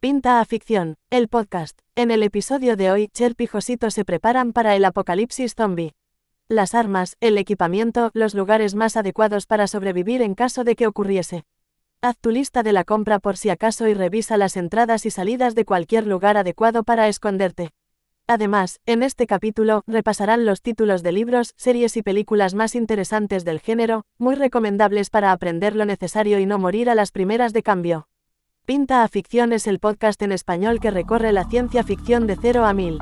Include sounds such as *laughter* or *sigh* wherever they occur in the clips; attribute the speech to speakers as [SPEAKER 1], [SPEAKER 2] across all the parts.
[SPEAKER 1] Pinta a Ficción, el podcast. En el episodio de hoy, Cher y Josito se preparan para el apocalipsis zombie. Las armas, el equipamiento, los lugares más adecuados para sobrevivir en caso de que ocurriese. Haz tu lista de la compra por si acaso y revisa las entradas y salidas de cualquier lugar adecuado para esconderte. Además, en este capítulo, repasarán los títulos de libros, series y películas más interesantes del género, muy recomendables para aprender lo necesario y no morir a las primeras de cambio. Pinta a Ficción es el podcast en español que recorre la ciencia ficción de cero a mil.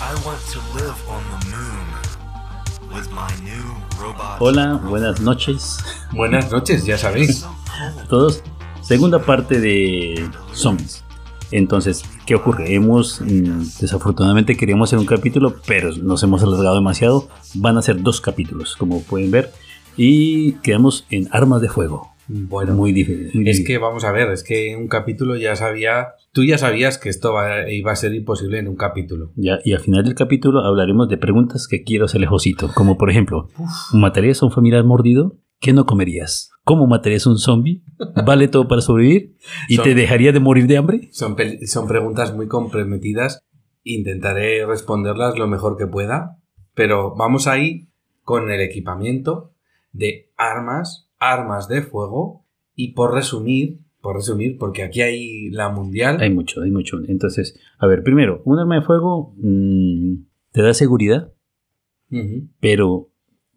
[SPEAKER 2] I want to live on the moon with my new robot.
[SPEAKER 3] Hola, buenas noches
[SPEAKER 4] Buenas noches, ya sabéis.
[SPEAKER 3] a todos. Segunda parte de Zombies. Entonces, ¿qué ocurre? Hemos, mm, desafortunadamente queríamos hacer un capítulo, pero nos hemos alargado demasiado. Van a ser dos capítulos, como pueden ver. Y quedamos en armas de fuego.
[SPEAKER 4] Bueno,
[SPEAKER 3] muy difícil. muy
[SPEAKER 4] es
[SPEAKER 3] difícil.
[SPEAKER 4] que vamos a ver, es que un capítulo ya sabía, tú ya sabías que esto va- iba a ser imposible en un capítulo.
[SPEAKER 3] Ya, y al final del capítulo hablaremos de preguntas que quiero hacerle Josito. Como por ejemplo, ¿matarías a un familiar mordido? ¿Qué no comerías? ¿Cómo matarías a un zombie? ¿Vale todo para sobrevivir? ¿Y te
[SPEAKER 4] Zombie.
[SPEAKER 3] dejaría de morir de hambre?
[SPEAKER 4] Son, pel- son preguntas muy comprometidas, intentaré responderlas lo mejor que pueda, pero vamos ahí con el equipamiento de armas, armas de fuego y por resumir, por resumir, porque aquí hay la mundial.
[SPEAKER 3] Hay mucho, hay mucho. Entonces, a ver, primero, un arma de fuego mm, te da seguridad,
[SPEAKER 4] Ujú.
[SPEAKER 3] pero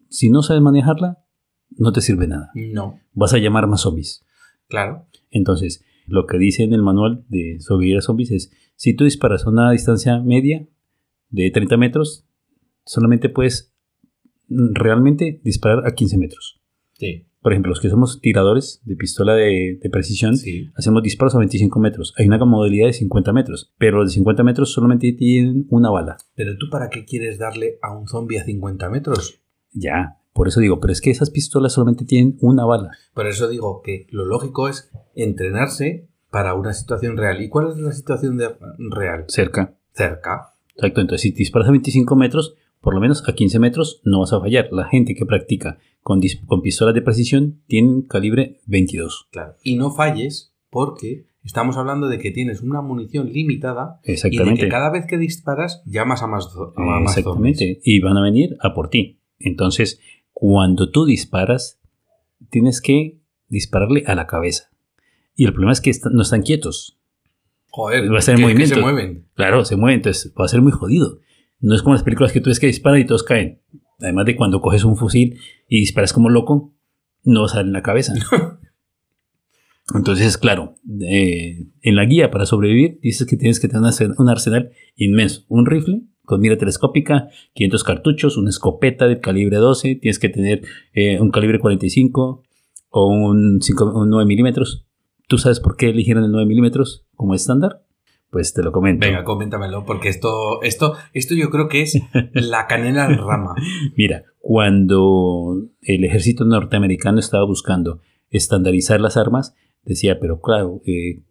[SPEAKER 3] si no sabes manejarla, no te sirve nada.
[SPEAKER 4] No,
[SPEAKER 3] Vas a llamar más zombies.
[SPEAKER 4] claro.
[SPEAKER 3] Entonces, lo que dice en el manual de sobrevivir a zombies es, si tú disparas a una distancia media de 30 metros, solamente puedes mm, realmente disparar a 15 metros.
[SPEAKER 4] Sí,
[SPEAKER 3] Por ejemplo, los que somos tiradores de pistola de, de precisión,
[SPEAKER 4] sí.
[SPEAKER 3] hacemos disparos a 25 metros. Hay una modalidad de 50 metros, pero los de 50 metros solamente tienen una bala.
[SPEAKER 4] Pero tú para qué quieres darle a un zombie a 50 metros?
[SPEAKER 3] Ya, por eso digo, pero es que esas pistolas solamente tienen una bala.
[SPEAKER 4] Por eso digo que lo lógico es entrenarse para una situación real. ¿Y cuál es la situación de- real?
[SPEAKER 3] Cerca.
[SPEAKER 4] Cerca.
[SPEAKER 3] Exacto, entonces si te disparas a 25 metros, por lo menos a 15 metros no vas a fallar. La gente que practica con, dis- con pistolas de precisión tienen calibre 22.
[SPEAKER 4] Claro. Y no falles porque estamos hablando de que tienes una munición limitada y de que
[SPEAKER 3] Exactamente.
[SPEAKER 4] cada vez que disparas llamas a más, zo- a más zombies.
[SPEAKER 3] Exactamente. Y van a venir a por ti. Entonces, cuando tú disparas, tienes que dispararle a la cabeza. Y el problema es que est- no están quietos.
[SPEAKER 4] Joder,
[SPEAKER 3] Va a ser
[SPEAKER 4] que- que
[SPEAKER 3] movimiento.
[SPEAKER 4] se mueven.
[SPEAKER 3] Claro, se mueve, entonces va a ser muy jodido. No es como las películas que tú ves que disparan y todos caen. Además de cuando coges un fusil y disparas como loco, no sale en la cabeza. Entonces, claro, eh, en la guía para sobrevivir dices que tienes que tener un arsen- un arsenal inmenso. Un rifle con mira telescópica, 500 cartuchos, una escopeta de calibre 12, tienes que tener eh, un calibre 45 o un, 5 un 9 milímetros. ¿Tú sabes por qué eligieron el 9 milímetros como estándar? Pues te lo comento.
[SPEAKER 4] Venga, coméntamelo, porque esto, esto, esto yo creo que es la canela al rama.
[SPEAKER 3] *laughs* Mira, cuando el ejército norteamericano estaba buscando estandarizar las armas, decía, pero claro, eh,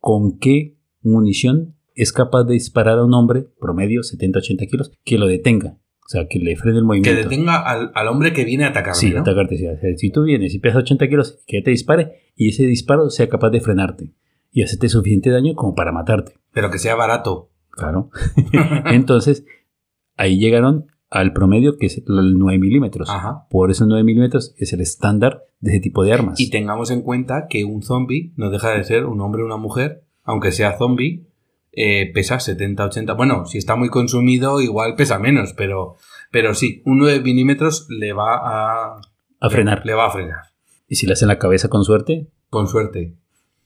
[SPEAKER 3] ¿con qué munición es capaz de disparar a un hombre promedio 70-80 kilos que lo detenga? O sea, que le frene el
[SPEAKER 4] Que
[SPEAKER 3] movimiento.
[SPEAKER 4] detenga al, al hombre que viene a atacarme,
[SPEAKER 3] Sí,
[SPEAKER 4] ¿no?
[SPEAKER 3] atacarte. sí. O sea, Si tú vienes y pesas 80 kilos, que te dispare y ese disparo sea capaz de frenarte y hacerte suficiente daño como para matarte.
[SPEAKER 4] Pero que sea barato. *laughs*
[SPEAKER 3] Claro. Entonces, ahí llegaron al promedio que es el 9 milímetros.
[SPEAKER 4] Ajá.
[SPEAKER 3] Por eso 9 milímetros es el estándar de ese tipo de armas.
[SPEAKER 4] Y tengamos en cuenta que un zombie no deja de ser un hombre o una mujer, aunque sea zombie, eh, pesa 70, 80. Bueno, si está muy consumido, igual pesa menos, pero, pero sí, un 9 milímetros le va a,
[SPEAKER 3] a frenar.
[SPEAKER 4] Le va a frenar,
[SPEAKER 3] Y si le hacen la cabeza con suerte,
[SPEAKER 4] con suerte.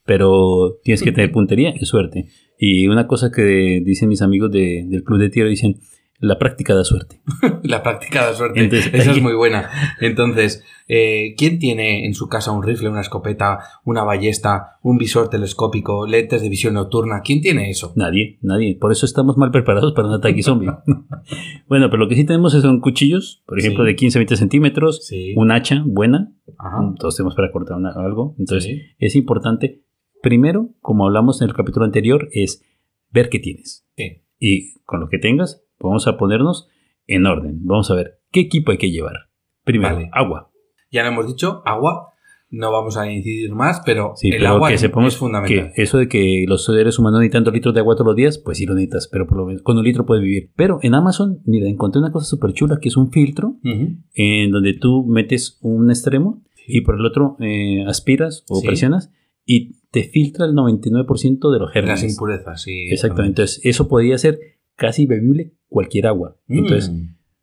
[SPEAKER 3] pero tienes
[SPEAKER 4] *laughs*
[SPEAKER 3] que tener puntería y suerte. Y una cosa que dicen mis amigos de- del club de tiro, dicen, La práctica da suerte.
[SPEAKER 4] La práctica de la suerte.
[SPEAKER 3] Entonces,
[SPEAKER 4] Esa
[SPEAKER 3] *laughs*
[SPEAKER 4] es
[SPEAKER 3] ahí-
[SPEAKER 4] muy buena. Entonces, eh, ¿quién tiene en su casa un rifle, una escopeta, una ballesta, un visor telescópico, lentes de visión nocturna? ¿Quién tiene eso?
[SPEAKER 3] Nadie, nadie. Por eso estamos mal preparados para un
[SPEAKER 4] *laughs*
[SPEAKER 3] ataque zombie. *laughs* bueno, pero lo que sí tenemos son cuchillos, por ejemplo,
[SPEAKER 4] Sí.
[SPEAKER 3] de 15 20 centímetros,
[SPEAKER 4] Sí.
[SPEAKER 3] un hacha buena,
[SPEAKER 4] Ajá.
[SPEAKER 3] todos tenemos para cortar una- algo. Entonces,
[SPEAKER 4] Sí.
[SPEAKER 3] es importante, primero, como hablamos en el capítulo anterior, es ver qué tienes.
[SPEAKER 4] Sí.
[SPEAKER 3] Y con lo que tengas, vamos a ponernos en orden. Vamos a ver qué equipo hay que llevar. Primero,
[SPEAKER 4] Vale.
[SPEAKER 3] agua.
[SPEAKER 4] Ya lo hemos dicho, agua. No vamos a incidir más, pero
[SPEAKER 3] Sí,
[SPEAKER 4] el
[SPEAKER 3] pero
[SPEAKER 4] agua
[SPEAKER 3] que
[SPEAKER 4] es,
[SPEAKER 3] sepamos
[SPEAKER 4] es fundamental.
[SPEAKER 3] que eso de que los seres humanos necesitan dos litros de agua todos los días, pues sí lo necesitas, pero por lo menos con un litro puedes vivir. Pero en Amazon, mira, encontré una cosa súper chula que es un filtro
[SPEAKER 4] Ujú.
[SPEAKER 3] en donde tú metes un extremo y por el otro eh, aspiras o
[SPEAKER 4] Sí.
[SPEAKER 3] presionas y te filtra el 99% de los
[SPEAKER 4] Las
[SPEAKER 3] gérmenes.
[SPEAKER 4] impurezas, sí.
[SPEAKER 3] Exactamente. Entonces, eso podría ser casi bebible cualquier agua.
[SPEAKER 4] Mm.
[SPEAKER 3] Entonces,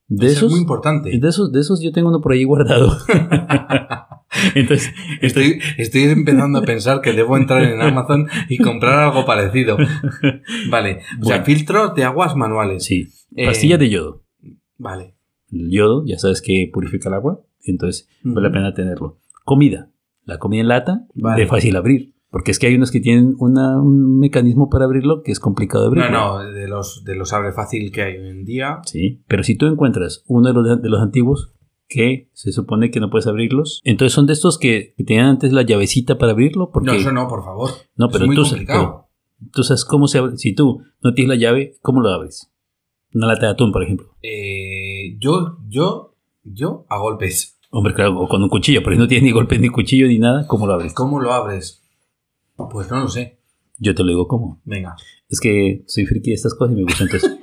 [SPEAKER 3] de
[SPEAKER 4] Eso es
[SPEAKER 3] esos,
[SPEAKER 4] muy importante.
[SPEAKER 3] de esos, de esos yo tengo uno por ahí
[SPEAKER 4] *laughs*
[SPEAKER 3] guardado. entonces, entonces,
[SPEAKER 4] Estoy, estoy empezando a pensar que debo entrar en Amazon y comprar
[SPEAKER 3] *laughs*
[SPEAKER 4] algo parecido. Vale. O sea,
[SPEAKER 3] Bueno.
[SPEAKER 4] filtros de aguas manuales.
[SPEAKER 3] sí,
[SPEAKER 4] Eh,
[SPEAKER 3] pastillas de yodo.
[SPEAKER 4] Vale.
[SPEAKER 3] El yodo, ya sabes que purifica el agua, entonces vale la
[SPEAKER 4] Ujú.
[SPEAKER 3] pena tenerlo. Comida. La comida en lata,
[SPEAKER 4] Mm, Vale.
[SPEAKER 3] de fácil abrir. Porque es que hay unos que tienen una- un mecanismo para abrirlo que es complicado de
[SPEAKER 4] No,
[SPEAKER 3] abrirlo.
[SPEAKER 4] no, de los, de los abre fácil que hay hoy en día.
[SPEAKER 3] Sí, pero si tú encuentras uno de los, de los antiguos que se supone que no puedes abrirlos, entonces son de estos que, que tenían antes la llavecita para abrirlo, porque
[SPEAKER 4] No, eso no, por favor.
[SPEAKER 3] No,
[SPEAKER 4] Es
[SPEAKER 3] pero
[SPEAKER 4] muy
[SPEAKER 3] tú, sabes-
[SPEAKER 4] complicado.
[SPEAKER 3] pero tú sabes cómo se abre. Si tú no tienes la llave, ¿cómo lo abres? Una lata de atún, por ejemplo.
[SPEAKER 4] Eh, yo, yo, yo a golpes.
[SPEAKER 3] Hombre, claro, o con un cuchillo, pero si no tienes ni golpe, ni cuchillo, ni nada, ¿cómo lo abres?
[SPEAKER 4] ¿Cómo lo abres? Pues no lo sé.
[SPEAKER 3] Yo te lo digo cómo.
[SPEAKER 4] Venga,
[SPEAKER 3] Es que soy friki de estas cosas y me gusta.
[SPEAKER 4] *laughs*
[SPEAKER 3] Entonces,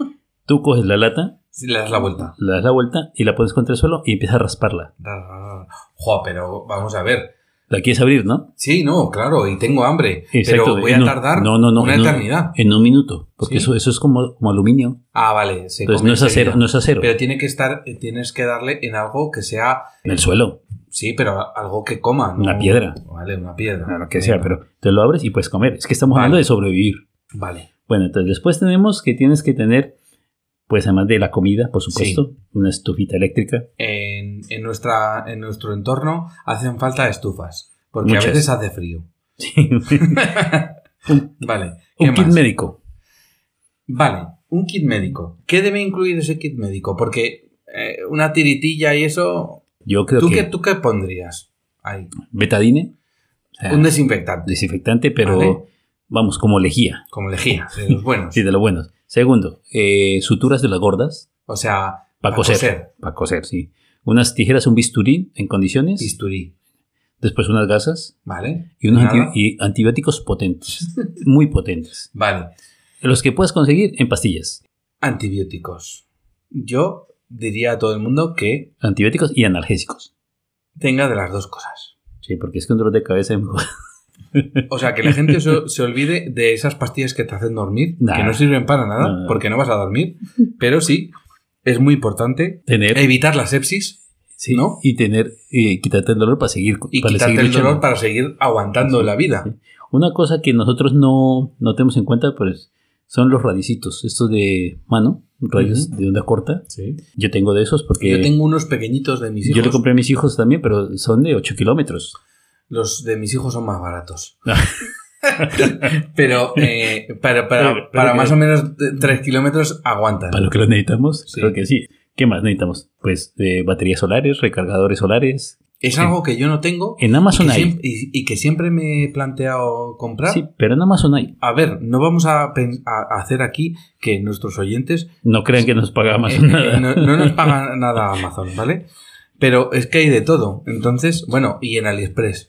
[SPEAKER 3] tú coges la lata,
[SPEAKER 4] si le das la vuelta.
[SPEAKER 3] le das la vuelta y la pones contra el suelo y empiezas a rasparla.
[SPEAKER 4] Ra, ra, ra. Jo, pero vamos a ver.
[SPEAKER 3] La quieres abrir, ¿no?
[SPEAKER 4] Sí, no, claro, y tengo hambre.
[SPEAKER 3] Exacto,
[SPEAKER 4] Pero voy
[SPEAKER 3] en
[SPEAKER 4] a
[SPEAKER 3] un-
[SPEAKER 4] tardar
[SPEAKER 3] no, no, no,
[SPEAKER 4] una
[SPEAKER 3] en un-
[SPEAKER 4] eternidad.
[SPEAKER 3] En un minuto, porque
[SPEAKER 4] Sí.
[SPEAKER 3] eso, eso es como, como aluminio.
[SPEAKER 4] Ah, vale. se
[SPEAKER 3] Entonces
[SPEAKER 4] come
[SPEAKER 3] no es acero,
[SPEAKER 4] enseguida.
[SPEAKER 3] no es acero.
[SPEAKER 4] Pero tiene que estar, eh, tienes que darle en algo que sea,
[SPEAKER 3] en el suelo,
[SPEAKER 4] sí, pero algo que coma. ¿no?
[SPEAKER 3] Una piedra.
[SPEAKER 4] Vale, una piedra.
[SPEAKER 3] lo que sea, pero te lo abres y puedes comer. Es que estamos hablando
[SPEAKER 4] Vale.
[SPEAKER 3] de sobrevivir.
[SPEAKER 4] Vale.
[SPEAKER 3] Bueno, entonces después tenemos que tienes que tener, pues además de la comida, por supuesto, una estufita
[SPEAKER 4] *laughs*
[SPEAKER 3] eléctrica.
[SPEAKER 4] en, en nuestra, en nuestro entorno hacen falta estufas, porque
[SPEAKER 3] Muchas.
[SPEAKER 4] a veces hace frío. Vale, ¿qué
[SPEAKER 3] un kit
[SPEAKER 4] más?
[SPEAKER 3] médico.
[SPEAKER 4] Vale, un kit médico. ¿Qué debe incluir ese kit médico? Porque eh, una tiritilla y eso...
[SPEAKER 3] Yo creo
[SPEAKER 4] ¿tú,
[SPEAKER 3] que
[SPEAKER 4] qué, ¿Tú qué pondrías ahí?
[SPEAKER 3] betadine, o sea,
[SPEAKER 4] Un desinfectante,
[SPEAKER 3] desinfectante, pero
[SPEAKER 4] Vale.
[SPEAKER 3] vamos, como lejía.
[SPEAKER 4] como lejía,
[SPEAKER 3] *laughs*
[SPEAKER 4] de los buenos.
[SPEAKER 3] Sí, de lo bueno. Segundo, eh, suturas de las gordas
[SPEAKER 4] O sea,
[SPEAKER 3] para
[SPEAKER 4] Pa'
[SPEAKER 3] coser.
[SPEAKER 4] coser.
[SPEAKER 3] Para coser, sí. Unas tijeras, un bisturí en condiciones.
[SPEAKER 4] bisturí,
[SPEAKER 3] Después unas gasas
[SPEAKER 4] ¿vale?
[SPEAKER 3] y unos
[SPEAKER 4] Nada.
[SPEAKER 3] anti- y antibióticos potentes. muy potentes.
[SPEAKER 4] Vale,
[SPEAKER 3] Los que puedes conseguir en pastillas.
[SPEAKER 4] antibióticos. Yo diría a todo el mundo que
[SPEAKER 3] Antibióticos y analgésicos.
[SPEAKER 4] tenga de las dos cosas.
[SPEAKER 3] Sí, porque es que un dolor de cabeza es mejor. *laughs*
[SPEAKER 4] O sea, que la gente se, se olvide de esas pastillas que te hacen dormir,
[SPEAKER 3] Nah.
[SPEAKER 4] que no sirven para nada,
[SPEAKER 3] No, no, no.
[SPEAKER 4] porque no vas a dormir, pero sí, es muy importante
[SPEAKER 3] tener
[SPEAKER 4] evitar la sepsis
[SPEAKER 3] sí,
[SPEAKER 4] ¿no?
[SPEAKER 3] y tener eh, quitarte el dolor para seguir
[SPEAKER 4] y
[SPEAKER 3] para
[SPEAKER 4] quitarte
[SPEAKER 3] seguir
[SPEAKER 4] el
[SPEAKER 3] luchando.
[SPEAKER 4] dolor para seguir aguantando la vida.
[SPEAKER 3] Sí. Una cosa que nosotros no, no tenemos en cuenta pues son los radicitos, estos de mano, radios
[SPEAKER 4] Ujú.
[SPEAKER 3] de onda corta. Yo tengo de esos porque
[SPEAKER 4] Yo tengo unos pequeñitos de mis hijos.
[SPEAKER 3] yo le compré a mis hijos también, pero son de 8 kilómetros.
[SPEAKER 4] Los de mis hijos son más
[SPEAKER 3] *laughs*
[SPEAKER 4] baratos.
[SPEAKER 3] Ah.
[SPEAKER 4] *laughs* pero eh, para, para-
[SPEAKER 3] Pero- pero
[SPEAKER 4] para
[SPEAKER 3] que-
[SPEAKER 4] más o menos 3 kilómetros aguantan.
[SPEAKER 3] Para lo que los necesitamos,
[SPEAKER 4] Sí.
[SPEAKER 3] creo que sí. ¿Qué más necesitamos? Pues eh, baterías solares, recargadores solares.
[SPEAKER 4] Es algo que yo no tengo
[SPEAKER 3] En
[SPEAKER 4] y que,
[SPEAKER 3] Amazon hay.
[SPEAKER 4] siempre, y- y que siempre me he planteado comprar.
[SPEAKER 3] Sí, pero en Amazon hay.
[SPEAKER 4] A ver, no vamos a, pen- a- a hacer aquí que nuestros oyentes
[SPEAKER 3] No crean que nos paga Amazon
[SPEAKER 4] eh,
[SPEAKER 3] nada.
[SPEAKER 4] eh, no, no
[SPEAKER 3] *laughs*
[SPEAKER 4] nos pagan nada a Amazon, ¿vale? Pero es que hay de todo. Entonces, bueno, y
[SPEAKER 3] *laughs*
[SPEAKER 4] en AliExpress.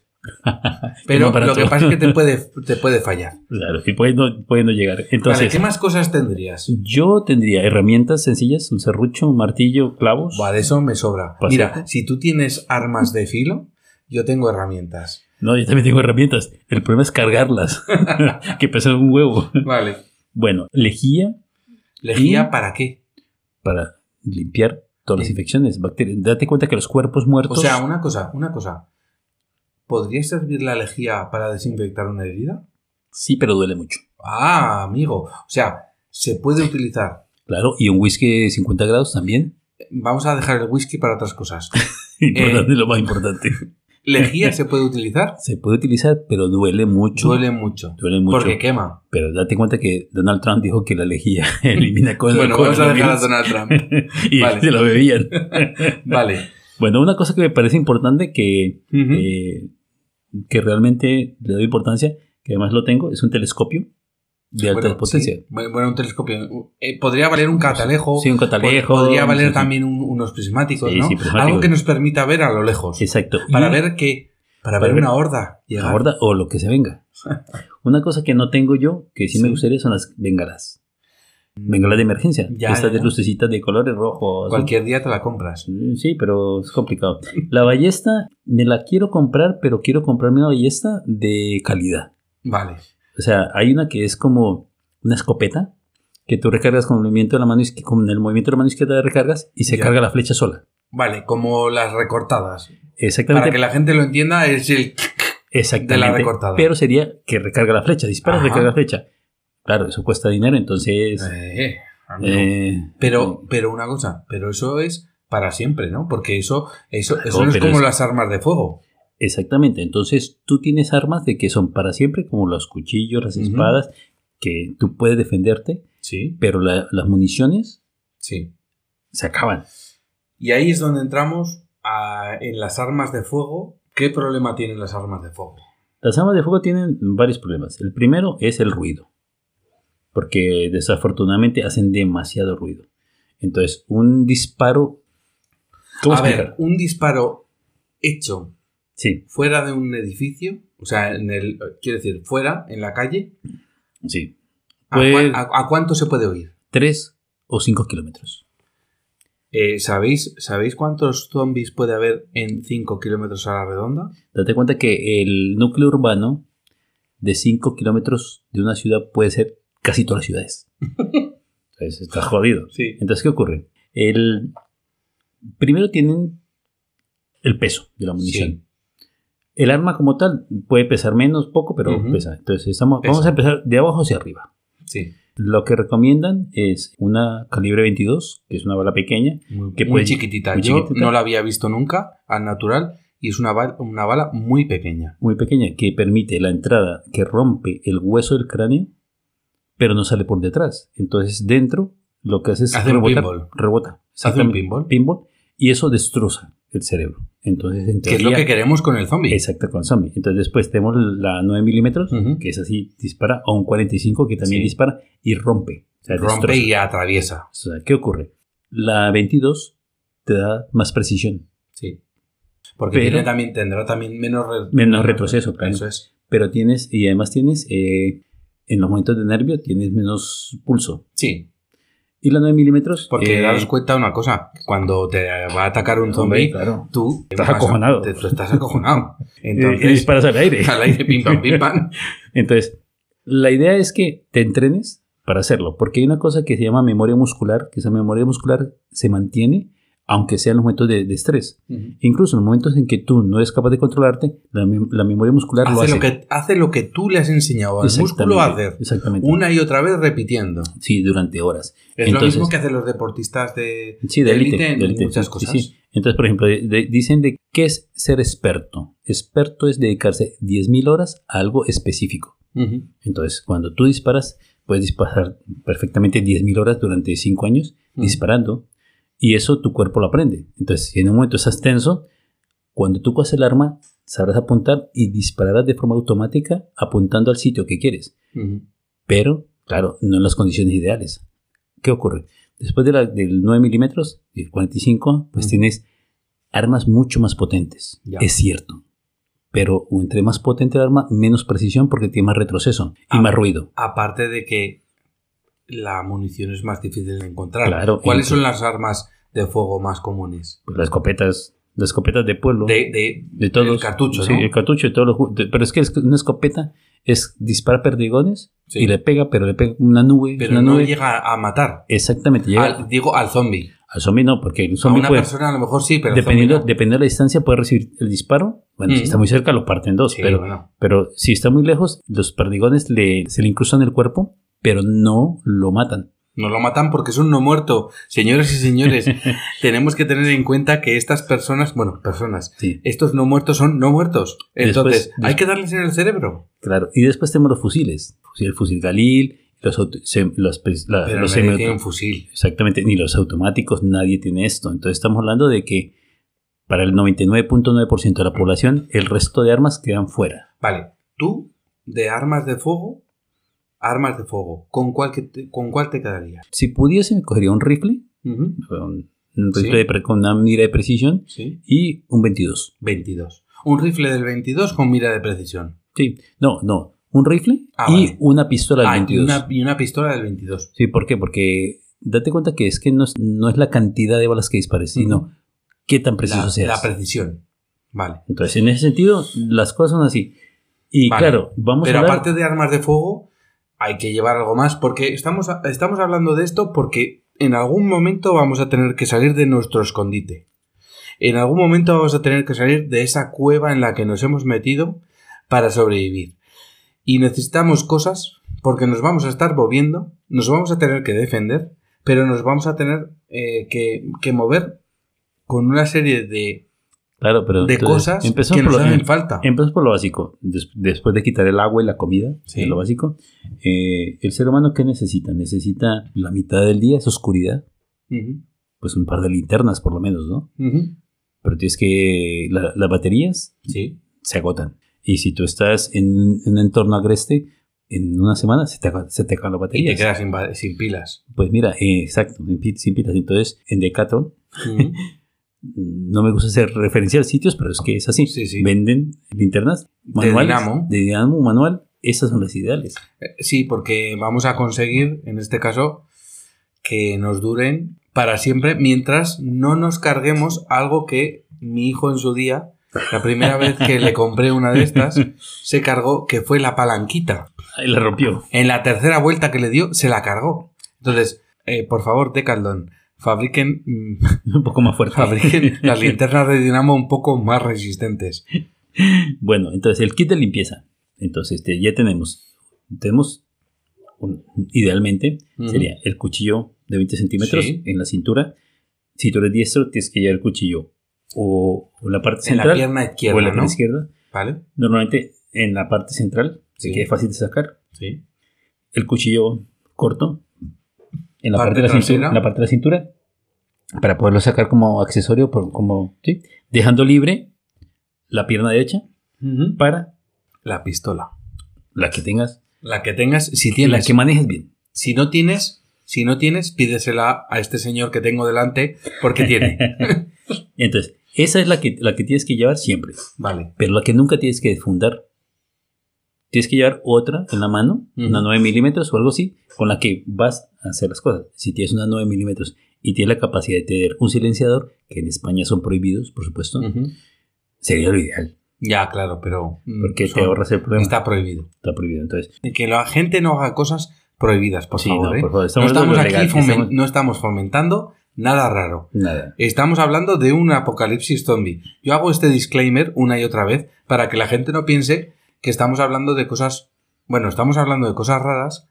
[SPEAKER 4] Pero
[SPEAKER 3] más
[SPEAKER 4] lo
[SPEAKER 3] barato.
[SPEAKER 4] que pasa es que
[SPEAKER 3] *laughs*
[SPEAKER 4] te puede, te puede fallar.
[SPEAKER 3] Claro, y puede no, puede no llegar.
[SPEAKER 4] Vale,
[SPEAKER 3] Entonces,
[SPEAKER 4] ¿qué más cosas tendrías?
[SPEAKER 3] Yo tendría herramientas sencillas, un serrucho, un martillo, clavos.
[SPEAKER 4] Vale, eso me sobra.
[SPEAKER 3] Pues
[SPEAKER 4] Mira, si tú tienes armas de filo, yo tengo herramientas.
[SPEAKER 3] No, yo también tengo herramientas. El problema es
[SPEAKER 4] *laughs*
[SPEAKER 3] cargarlas, que pesan un huevo.
[SPEAKER 4] Vale.
[SPEAKER 3] Bueno, lejía
[SPEAKER 4] ¿Lejía
[SPEAKER 3] ¿Y?
[SPEAKER 4] para qué?
[SPEAKER 3] para limpiar todas las
[SPEAKER 4] Sí.
[SPEAKER 3] infecciones, bacterias. Date cuenta que los cuerpos
[SPEAKER 4] O
[SPEAKER 3] muertos...
[SPEAKER 4] sea, una cosa, una cosa. ¿Podría servir la lejía para desinfectar una herida?
[SPEAKER 3] sí, pero duele mucho.
[SPEAKER 4] Ah, amigo. O sea, se puede utilizar
[SPEAKER 3] Claro, y un whisky de 50 grados también. *laughs*
[SPEAKER 4] Vamos a dejar el whisky para otras cosas. Eh.
[SPEAKER 3] Importante, lo más importante.
[SPEAKER 4] Lejía se puede utilizar.
[SPEAKER 3] Se puede utilizar, pero duele mucho.
[SPEAKER 4] Duele mucho.
[SPEAKER 3] Duele mucho.
[SPEAKER 4] Porque quema.
[SPEAKER 3] Pero date cuenta que Donald Trump dijo que la lejía *laughs* elimina cosas.
[SPEAKER 4] Bueno, vamos a dejar a Donald Trump.
[SPEAKER 3] y *laughs*
[SPEAKER 4] Vale.
[SPEAKER 3] se lo bebían.
[SPEAKER 4] *laughs*
[SPEAKER 3] Eh,
[SPEAKER 4] Vale.
[SPEAKER 3] Bueno, una cosa que me parece importante que,
[SPEAKER 4] Ujú.
[SPEAKER 3] eh, que realmente le doy importancia, que además lo tengo, es un telescopio de alta
[SPEAKER 4] Bueno,
[SPEAKER 3] potencia.
[SPEAKER 4] sí. Bueno, bueno, un telescopio. Eh, podría valer un catalejo.
[SPEAKER 3] Sí, un catalejo.
[SPEAKER 4] Podría valer
[SPEAKER 3] sí, sí.
[SPEAKER 4] también un- unos prismáticos,
[SPEAKER 3] Sí,
[SPEAKER 4] ¿no?
[SPEAKER 3] sí, prismáticos.
[SPEAKER 4] Algo que nos permita ver a lo lejos.
[SPEAKER 3] Exacto.
[SPEAKER 4] Para
[SPEAKER 3] Y
[SPEAKER 4] ver que. Para,
[SPEAKER 3] para
[SPEAKER 4] ver,
[SPEAKER 3] ver
[SPEAKER 4] una horda.
[SPEAKER 3] la
[SPEAKER 4] Llegar.
[SPEAKER 3] borda o lo que se
[SPEAKER 4] *laughs*
[SPEAKER 3] venga. Una cosa que no tengo yo, que sí, me
[SPEAKER 4] Sí.
[SPEAKER 3] gustaría, son las bengalas. Bengalas de emergencia.
[SPEAKER 4] Ya,
[SPEAKER 3] Estas
[SPEAKER 4] ya.
[SPEAKER 3] de lucecitas de colores rojo. azul.
[SPEAKER 4] Cualquier día te la compras.
[SPEAKER 3] Mm, Sí, pero es complicado. La ballesta me la quiero comprar, pero quiero comprarme una ballesta de calidad.
[SPEAKER 4] Vale.
[SPEAKER 3] O sea, hay una que es como una escopeta que tú recargas con el movimiento de la mano izquierda, con el movimiento de la mano izquierda recargas y se
[SPEAKER 4] Ya.
[SPEAKER 3] carga la flecha sola.
[SPEAKER 4] Vale, como las recortadas. Para
[SPEAKER 3] Exactamente.
[SPEAKER 4] que la gente lo entienda, es el.
[SPEAKER 3] exactamente.
[SPEAKER 4] de la recortada.
[SPEAKER 3] Pero sería que recarga la flecha, dispara,
[SPEAKER 4] Ajá.
[SPEAKER 3] recarga la flecha. Claro, eso cuesta dinero, entonces.
[SPEAKER 4] Eh, amigo.
[SPEAKER 3] eh,
[SPEAKER 4] Pero, pero una cosa, pero eso es para siempre, ¿no? Porque eso, eso,
[SPEAKER 3] Claro,
[SPEAKER 4] eso no es
[SPEAKER 3] pero
[SPEAKER 4] como
[SPEAKER 3] es-
[SPEAKER 4] las armas de fuego.
[SPEAKER 3] Exactamente, entonces tú tienes armas de que son para siempre, como los cuchillos, las
[SPEAKER 4] Ujú.
[SPEAKER 3] espadas, que tú puedes defenderte,
[SPEAKER 4] Sí.
[SPEAKER 3] pero la- las municiones
[SPEAKER 4] Sí.
[SPEAKER 3] se acaban.
[SPEAKER 4] Y ahí es donde entramos a- en las armas de fuego. ¿Qué problema tienen las armas de fuego?
[SPEAKER 3] Las armas de fuego tienen varios problemas. El primero es el ruido, porque desafortunadamente hacen demasiado ruido. Entonces, un disparo... ¿Cómo
[SPEAKER 4] a
[SPEAKER 3] explicar?
[SPEAKER 4] ver, un disparo hecho
[SPEAKER 3] Sí,
[SPEAKER 4] fuera de un edificio, o sea, en el, quiero decir, fuera, en la calle,
[SPEAKER 3] sí.
[SPEAKER 4] ¿a,
[SPEAKER 3] Pues-
[SPEAKER 4] cuán- a- a cuánto se puede oír?
[SPEAKER 3] Tres o cinco kilómetros.
[SPEAKER 4] Eh, ¿sabéis, ¿Sabéis cuántos zombies puede haber en 5 kilómetros a la redonda?
[SPEAKER 3] Date cuenta que el núcleo urbano de 5 kilómetros de una ciudad puede ser casi todas las
[SPEAKER 4] *laughs*
[SPEAKER 3] ciudades. Entonces está jodido.
[SPEAKER 4] Sí.
[SPEAKER 3] Entonces, ¿qué ocurre? El, primero tienen el peso de la munición.
[SPEAKER 4] Sí.
[SPEAKER 3] El arma como tal puede pesar menos, poco, pero
[SPEAKER 4] Ujú.
[SPEAKER 3] pesa. Entonces, estamos,
[SPEAKER 4] Pesa.
[SPEAKER 3] vamos a empezar de abajo hacia arriba.
[SPEAKER 4] Sí.
[SPEAKER 3] Lo que recomiendan es una calibre 22, que es una bala pequeña.
[SPEAKER 4] Muy,
[SPEAKER 3] Que
[SPEAKER 4] muy
[SPEAKER 3] puede-
[SPEAKER 4] chiquitita.
[SPEAKER 3] muy
[SPEAKER 4] Yo
[SPEAKER 3] chiquitita.
[SPEAKER 4] no la había visto nunca al natural y es una, bal- una bala muy pequeña.
[SPEAKER 3] muy pequeña que permite la entrada que rompe el hueso del cráneo, pero no sale por detrás. Entonces, dentro lo que hace es
[SPEAKER 4] Hace un
[SPEAKER 3] rebotar,
[SPEAKER 4] pinball.
[SPEAKER 3] rebota.
[SPEAKER 4] Hace un
[SPEAKER 3] Exactamente,
[SPEAKER 4] pinball.
[SPEAKER 3] pinball, y eso destroza el cerebro. Entonces, en
[SPEAKER 4] Que es lo
[SPEAKER 3] teoría-
[SPEAKER 4] que queremos con el zombie.
[SPEAKER 3] Exacto, con zombie. Entonces, después tenemos la 9 milímetros,
[SPEAKER 4] Ujú.
[SPEAKER 3] que es así, dispara, o un 45 que también
[SPEAKER 4] Sí.
[SPEAKER 3] dispara y rompe. O sea,
[SPEAKER 4] Rompe
[SPEAKER 3] destroza.
[SPEAKER 4] y atraviesa.
[SPEAKER 3] O sea, ¿Qué ocurre? La 22 te da más precisión,
[SPEAKER 4] Sí. Porque
[SPEAKER 3] Pero-
[SPEAKER 4] tiene también, tendrá también menos, re-
[SPEAKER 3] menos retroceso, claro.
[SPEAKER 4] Eso es.
[SPEAKER 3] pero tienes, y además tienes, eh, en los momentos de nervio tienes menos pulso.
[SPEAKER 4] Sí.
[SPEAKER 3] Y la 9 milímetros.
[SPEAKER 4] Porque
[SPEAKER 3] eh,
[SPEAKER 4] daros cuenta una cosa. Cuando te va a atacar un
[SPEAKER 3] hombre,
[SPEAKER 4] zombie,
[SPEAKER 3] claro.
[SPEAKER 4] tú
[SPEAKER 3] Estás
[SPEAKER 4] vas a-
[SPEAKER 3] acojonado.
[SPEAKER 4] te- tú estás acojonado.
[SPEAKER 3] *laughs* Eh, y
[SPEAKER 4] Entonces,
[SPEAKER 3] disparas al aire.
[SPEAKER 4] *laughs* al aire, pim pam,
[SPEAKER 3] *laughs*
[SPEAKER 4] pim pam.
[SPEAKER 3] Entonces, la idea es que te entrenes para hacerlo, porque hay una cosa que se llama memoria muscular, que esa memoria muscular se mantiene aunque sean los momentos de, de estrés. Incluso en los momentos en que tú no eres capaz de controlarte, la, mem- la memoria muscular lo hace.
[SPEAKER 4] Hace lo, que, hace lo que tú le has enseñado al músculo a
[SPEAKER 3] Exactamente,
[SPEAKER 4] hacer.
[SPEAKER 3] Exactamente.
[SPEAKER 4] Una y otra vez repitiendo.
[SPEAKER 3] Sí, durante horas.
[SPEAKER 4] Es lo
[SPEAKER 3] Entonces-
[SPEAKER 4] mismo que hacen los deportistas de,
[SPEAKER 3] Sí, de
[SPEAKER 4] de
[SPEAKER 3] élite.
[SPEAKER 4] élite en
[SPEAKER 3] de élite,
[SPEAKER 4] muchas
[SPEAKER 3] sí,
[SPEAKER 4] cosas.
[SPEAKER 3] sí, sí. Entonces, por ejemplo, de- de- dicen de qué es ser experto. Experto es dedicarse 10.000 horas a algo específico.
[SPEAKER 4] Ujú.
[SPEAKER 3] Entonces, cuando tú disparas, puedes disparar perfectamente 10.000 horas durante 5 años
[SPEAKER 4] Ujú.
[SPEAKER 3] disparando y eso tu cuerpo lo aprende. Entonces, si en un momento estás tenso, cuando tú coges el arma, sabrás apuntar y dispararás de forma automática apuntando al sitio que quieres
[SPEAKER 4] Ujú.
[SPEAKER 3] pero claro, no en las condiciones ideales. ¿Qué ocurre? Después de la- del 9 milímetros, el 45, pues
[SPEAKER 4] Ujú.
[SPEAKER 3] tienes armas mucho más potentes.
[SPEAKER 4] Ya.
[SPEAKER 3] Es cierto. Pero entre más potente el arma, menos precisión porque tiene más retroceso y
[SPEAKER 4] Ah.
[SPEAKER 3] más ruido.
[SPEAKER 4] Aparte de que la munición es más difícil de encontrar.
[SPEAKER 3] Claro,
[SPEAKER 4] ¿Cuáles
[SPEAKER 3] incluso-
[SPEAKER 4] son las armas de fuego más comunes?
[SPEAKER 3] Pues las escopetas, las escopetas de pueblo, de,
[SPEAKER 4] De, de-
[SPEAKER 3] todos.
[SPEAKER 4] el cartucho,
[SPEAKER 3] Sí,
[SPEAKER 4] ¿no?
[SPEAKER 3] el cartucho de todos los ju- de- Pero es que es- una escopeta es disparar perdigones
[SPEAKER 4] Sí.
[SPEAKER 3] y le pega, pero le pega una nube.
[SPEAKER 4] Pero
[SPEAKER 3] una
[SPEAKER 4] no
[SPEAKER 3] nube.
[SPEAKER 4] llega a matar.
[SPEAKER 3] Exactamente, llega
[SPEAKER 4] Al- digo al zombie.
[SPEAKER 3] al zombie, no, porque el
[SPEAKER 4] A
[SPEAKER 3] zombie
[SPEAKER 4] una
[SPEAKER 3] puede-
[SPEAKER 4] persona a lo mejor sí, pero al
[SPEAKER 3] dependiendo,
[SPEAKER 4] zombie no.
[SPEAKER 3] dependiendo de la distancia, puede recibir el disparo. Bueno,
[SPEAKER 4] Mm.
[SPEAKER 3] si está muy cerca, lo parten dos.
[SPEAKER 4] Sí,
[SPEAKER 3] pero,
[SPEAKER 4] bueno.
[SPEAKER 3] pero si está muy lejos, los perdigones le, se le incrustan el cuerpo, pero no lo matan.
[SPEAKER 4] No lo matan porque es un no muerto. Señores y
[SPEAKER 3] *laughs*
[SPEAKER 4] señores, tenemos que tener en cuenta que estas personas, bueno, personas,
[SPEAKER 3] Sí,
[SPEAKER 4] estos no muertos son no muertos. Entonces,
[SPEAKER 3] Después-
[SPEAKER 4] hay que darles en el cerebro.
[SPEAKER 3] claro. Y después tenemos los fusiles. Fusil- El fusil Galil, los, auto- sem- las pes- la-
[SPEAKER 4] Pero
[SPEAKER 3] los
[SPEAKER 4] nadie
[SPEAKER 3] semiauto-
[SPEAKER 4] tiene un fusil.
[SPEAKER 3] Exactamente, ni los automáticos, nadie tiene esto. Entonces estamos hablando de que para el 99.9% de la población, el resto de armas quedan fuera.
[SPEAKER 4] Vale, tú, de armas de fuego, armas de fuego, ¿con cuál, que te, con cuál te quedarías?
[SPEAKER 3] Si pudiese, me cogería un rifle,
[SPEAKER 4] Ujú,
[SPEAKER 3] un, un
[SPEAKER 4] Sí.
[SPEAKER 3] rifle de pre- con una mira de precisión
[SPEAKER 4] Sí.
[SPEAKER 3] y un 22.
[SPEAKER 4] 22. Un rifle del 22 con mira de precisión.
[SPEAKER 3] Sí, no, no, un rifle
[SPEAKER 4] Ah,
[SPEAKER 3] y
[SPEAKER 4] vale.
[SPEAKER 3] una pistola del
[SPEAKER 4] Ah, y
[SPEAKER 3] 22.
[SPEAKER 4] una, y una pistola del 22.
[SPEAKER 3] Sí, ¿por qué? Porque date cuenta que es que no es, no es la cantidad de balas que dispares, sino qué tan preciso
[SPEAKER 4] La-
[SPEAKER 3] seas.
[SPEAKER 4] la precisión. Vale.
[SPEAKER 3] Entonces, en ese sentido, las cosas son así. Y
[SPEAKER 4] Vale.
[SPEAKER 3] claro, vamos
[SPEAKER 4] Pero
[SPEAKER 3] a hablar...
[SPEAKER 4] aparte de armas de fuego, hay que llevar algo más, porque estamos, estamos hablando de esto porque en algún momento vamos a tener que salir de nuestro escondite. En algún momento vamos a tener que salir de esa cueva en la que nos hemos metido para sobrevivir. Y necesitamos cosas porque nos vamos a estar moviendo, nos vamos a tener que defender, pero nos vamos a tener eh, que, que mover con una serie de,
[SPEAKER 3] Claro, pero
[SPEAKER 4] de
[SPEAKER 3] entonces,
[SPEAKER 4] cosas
[SPEAKER 3] empezamos
[SPEAKER 4] que nos
[SPEAKER 3] por lo- em
[SPEAKER 4] hacen falta.
[SPEAKER 3] Empezamos por lo básico. Des- después de quitar el agua y la comida,
[SPEAKER 4] Sí.
[SPEAKER 3] que es lo básico, eh, el ser humano ¿qué necesita? Necesita la mitad del día, es oscuridad,
[SPEAKER 4] Ujú,
[SPEAKER 3] pues un par de linternas por lo menos, ¿no?
[SPEAKER 4] ujú.
[SPEAKER 3] Pero tienes que... la- las baterías
[SPEAKER 4] Sí,
[SPEAKER 3] se agotan. Y si tú estás en un- en un entorno agreste, en una semana se te, aca- se te acaban las
[SPEAKER 4] y te
[SPEAKER 3] baterías.
[SPEAKER 4] quedas sin ba- sin pilas.
[SPEAKER 3] Pues mira, eh, exacto, en pi- sin pilas. Entonces, en Decathlon,
[SPEAKER 4] Ujú.
[SPEAKER 3] mm, no me gusta hacer referenciar sitios, pero es que es así.
[SPEAKER 4] Sí, sí.
[SPEAKER 3] Venden linternas manuales.
[SPEAKER 4] Dinamo.
[SPEAKER 3] de Dinamo, manual. Esas son las ideales.
[SPEAKER 4] Eh, *laughs* Sí, porque vamos a conseguir, en este caso, que nos duren para siempre mientras no nos carguemos algo que mi hijo en su día, la primera vez que le compré una
[SPEAKER 3] *laughs*
[SPEAKER 4] de estas, se cargó, que fue la palanquita.
[SPEAKER 3] Ahí la rompió. *laughs*
[SPEAKER 4] En la tercera vuelta que le dio, se la cargó. Entonces, eh, por favor, Decathlon, fabriquen, *laughs* mm,
[SPEAKER 3] Un poco más fuerte.
[SPEAKER 4] fabriquen las linternas de dinamo un poco más resistentes.
[SPEAKER 3] *laughs* Bueno, entonces el kit de limpieza. Entonces este, ya tenemos, tenemos un- idealmente
[SPEAKER 4] Ujú.
[SPEAKER 3] sería el cuchillo de 20 centímetros
[SPEAKER 4] Sí.
[SPEAKER 3] en la cintura. Si tú eres diestro, tienes que llevar el cuchillo o, o la parte
[SPEAKER 4] En la
[SPEAKER 3] central
[SPEAKER 4] pierna
[SPEAKER 3] o
[SPEAKER 4] izquierda,
[SPEAKER 3] en la
[SPEAKER 4] ¿no?
[SPEAKER 3] pierna izquierda.
[SPEAKER 4] ¿Vale?
[SPEAKER 3] Normalmente en la parte central,
[SPEAKER 4] Sí.
[SPEAKER 3] así que es fácil de sacar.
[SPEAKER 4] Sí.
[SPEAKER 3] El cuchillo corto en la parte,
[SPEAKER 4] Parte
[SPEAKER 3] de la
[SPEAKER 4] trasera.
[SPEAKER 3] cintura, en la parte de la cintura para poderlo sacar como accesorio, por- como ¿sí? dejando libre la pierna derecha para
[SPEAKER 4] La pistola.
[SPEAKER 3] la que tengas
[SPEAKER 4] La que tengas, si
[SPEAKER 3] y la
[SPEAKER 4] tienes.
[SPEAKER 3] que manejes bien.
[SPEAKER 4] Si no tienes, si no tienes, pídesela a este señor que tengo delante porque tiene.
[SPEAKER 3] *laughs* Entonces, esa es la que, la que tienes que llevar siempre,
[SPEAKER 4] Vale.
[SPEAKER 3] pero la que nunca tienes que desfundar. Tienes que llevar otra en la mano,
[SPEAKER 4] Ujú.
[SPEAKER 3] una 9 milímetros o algo así, con la que vas a hacer las cosas. Si tienes una 9 milímetros y tienes la capacidad de tener un silenciador, que en España son prohibidos, por supuesto, sería lo ideal,
[SPEAKER 4] Ya, claro, pero mm,
[SPEAKER 3] porque te
[SPEAKER 4] son-
[SPEAKER 3] ahorras el problema. Está,
[SPEAKER 4] está prohibido.
[SPEAKER 3] prohibido. Entonces,
[SPEAKER 4] Y Que la gente no haga cosas prohibidas, por
[SPEAKER 3] sí,
[SPEAKER 4] favor.
[SPEAKER 3] no,
[SPEAKER 4] ¿eh?
[SPEAKER 3] por favor,
[SPEAKER 4] No
[SPEAKER 3] estamos, hablando
[SPEAKER 4] estamos
[SPEAKER 3] de lo
[SPEAKER 4] aquí
[SPEAKER 3] legal,
[SPEAKER 4] fomen-
[SPEAKER 3] estamos-
[SPEAKER 4] no estamos fomentando nada raro.
[SPEAKER 3] nada.
[SPEAKER 4] Estamos hablando de un apocalipsis zombie. Yo hago este disclaimer una y otra vez para que la gente no piense que estamos hablando de cosas. Bueno, estamos hablando de cosas raras,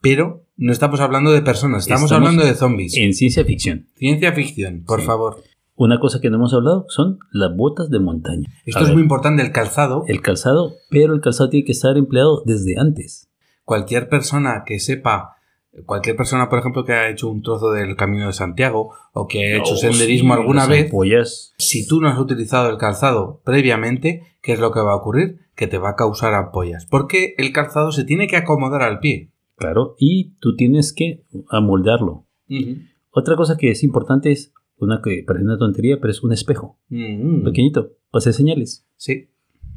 [SPEAKER 4] pero no estamos hablando de personas, estamos,
[SPEAKER 3] Estamos
[SPEAKER 4] hablando de zombies.
[SPEAKER 3] En ciencia ficción,
[SPEAKER 4] Ciencia ficción, por
[SPEAKER 3] Sí.
[SPEAKER 4] favor.
[SPEAKER 3] una cosa que no hemos hablado son las botas de montaña.
[SPEAKER 4] Esto
[SPEAKER 3] A
[SPEAKER 4] es
[SPEAKER 3] ver.
[SPEAKER 4] muy importante, el calzado.
[SPEAKER 3] el calzado, pero el calzado tiene que estar empleado desde antes.
[SPEAKER 4] Cualquier persona que sepa, cualquier persona, por ejemplo, que ha hecho un trozo del Camino de Santiago o que ha hecho
[SPEAKER 3] Oh,
[SPEAKER 4] senderismo
[SPEAKER 3] sí,
[SPEAKER 4] alguna
[SPEAKER 3] las
[SPEAKER 4] vez,
[SPEAKER 3] ampollas.
[SPEAKER 4] si tú no has utilizado el calzado previamente, ¿qué es lo que va a ocurrir? Que te va a causar ampollas. Porque el calzado se tiene que acomodar al pie.
[SPEAKER 3] Claro, y tú tienes que amoldarlo. Otra cosa que es importante es una que parece una tontería, pero es un espejo
[SPEAKER 4] Mm.
[SPEAKER 3] pequeñito para hacer señales.
[SPEAKER 4] Sí.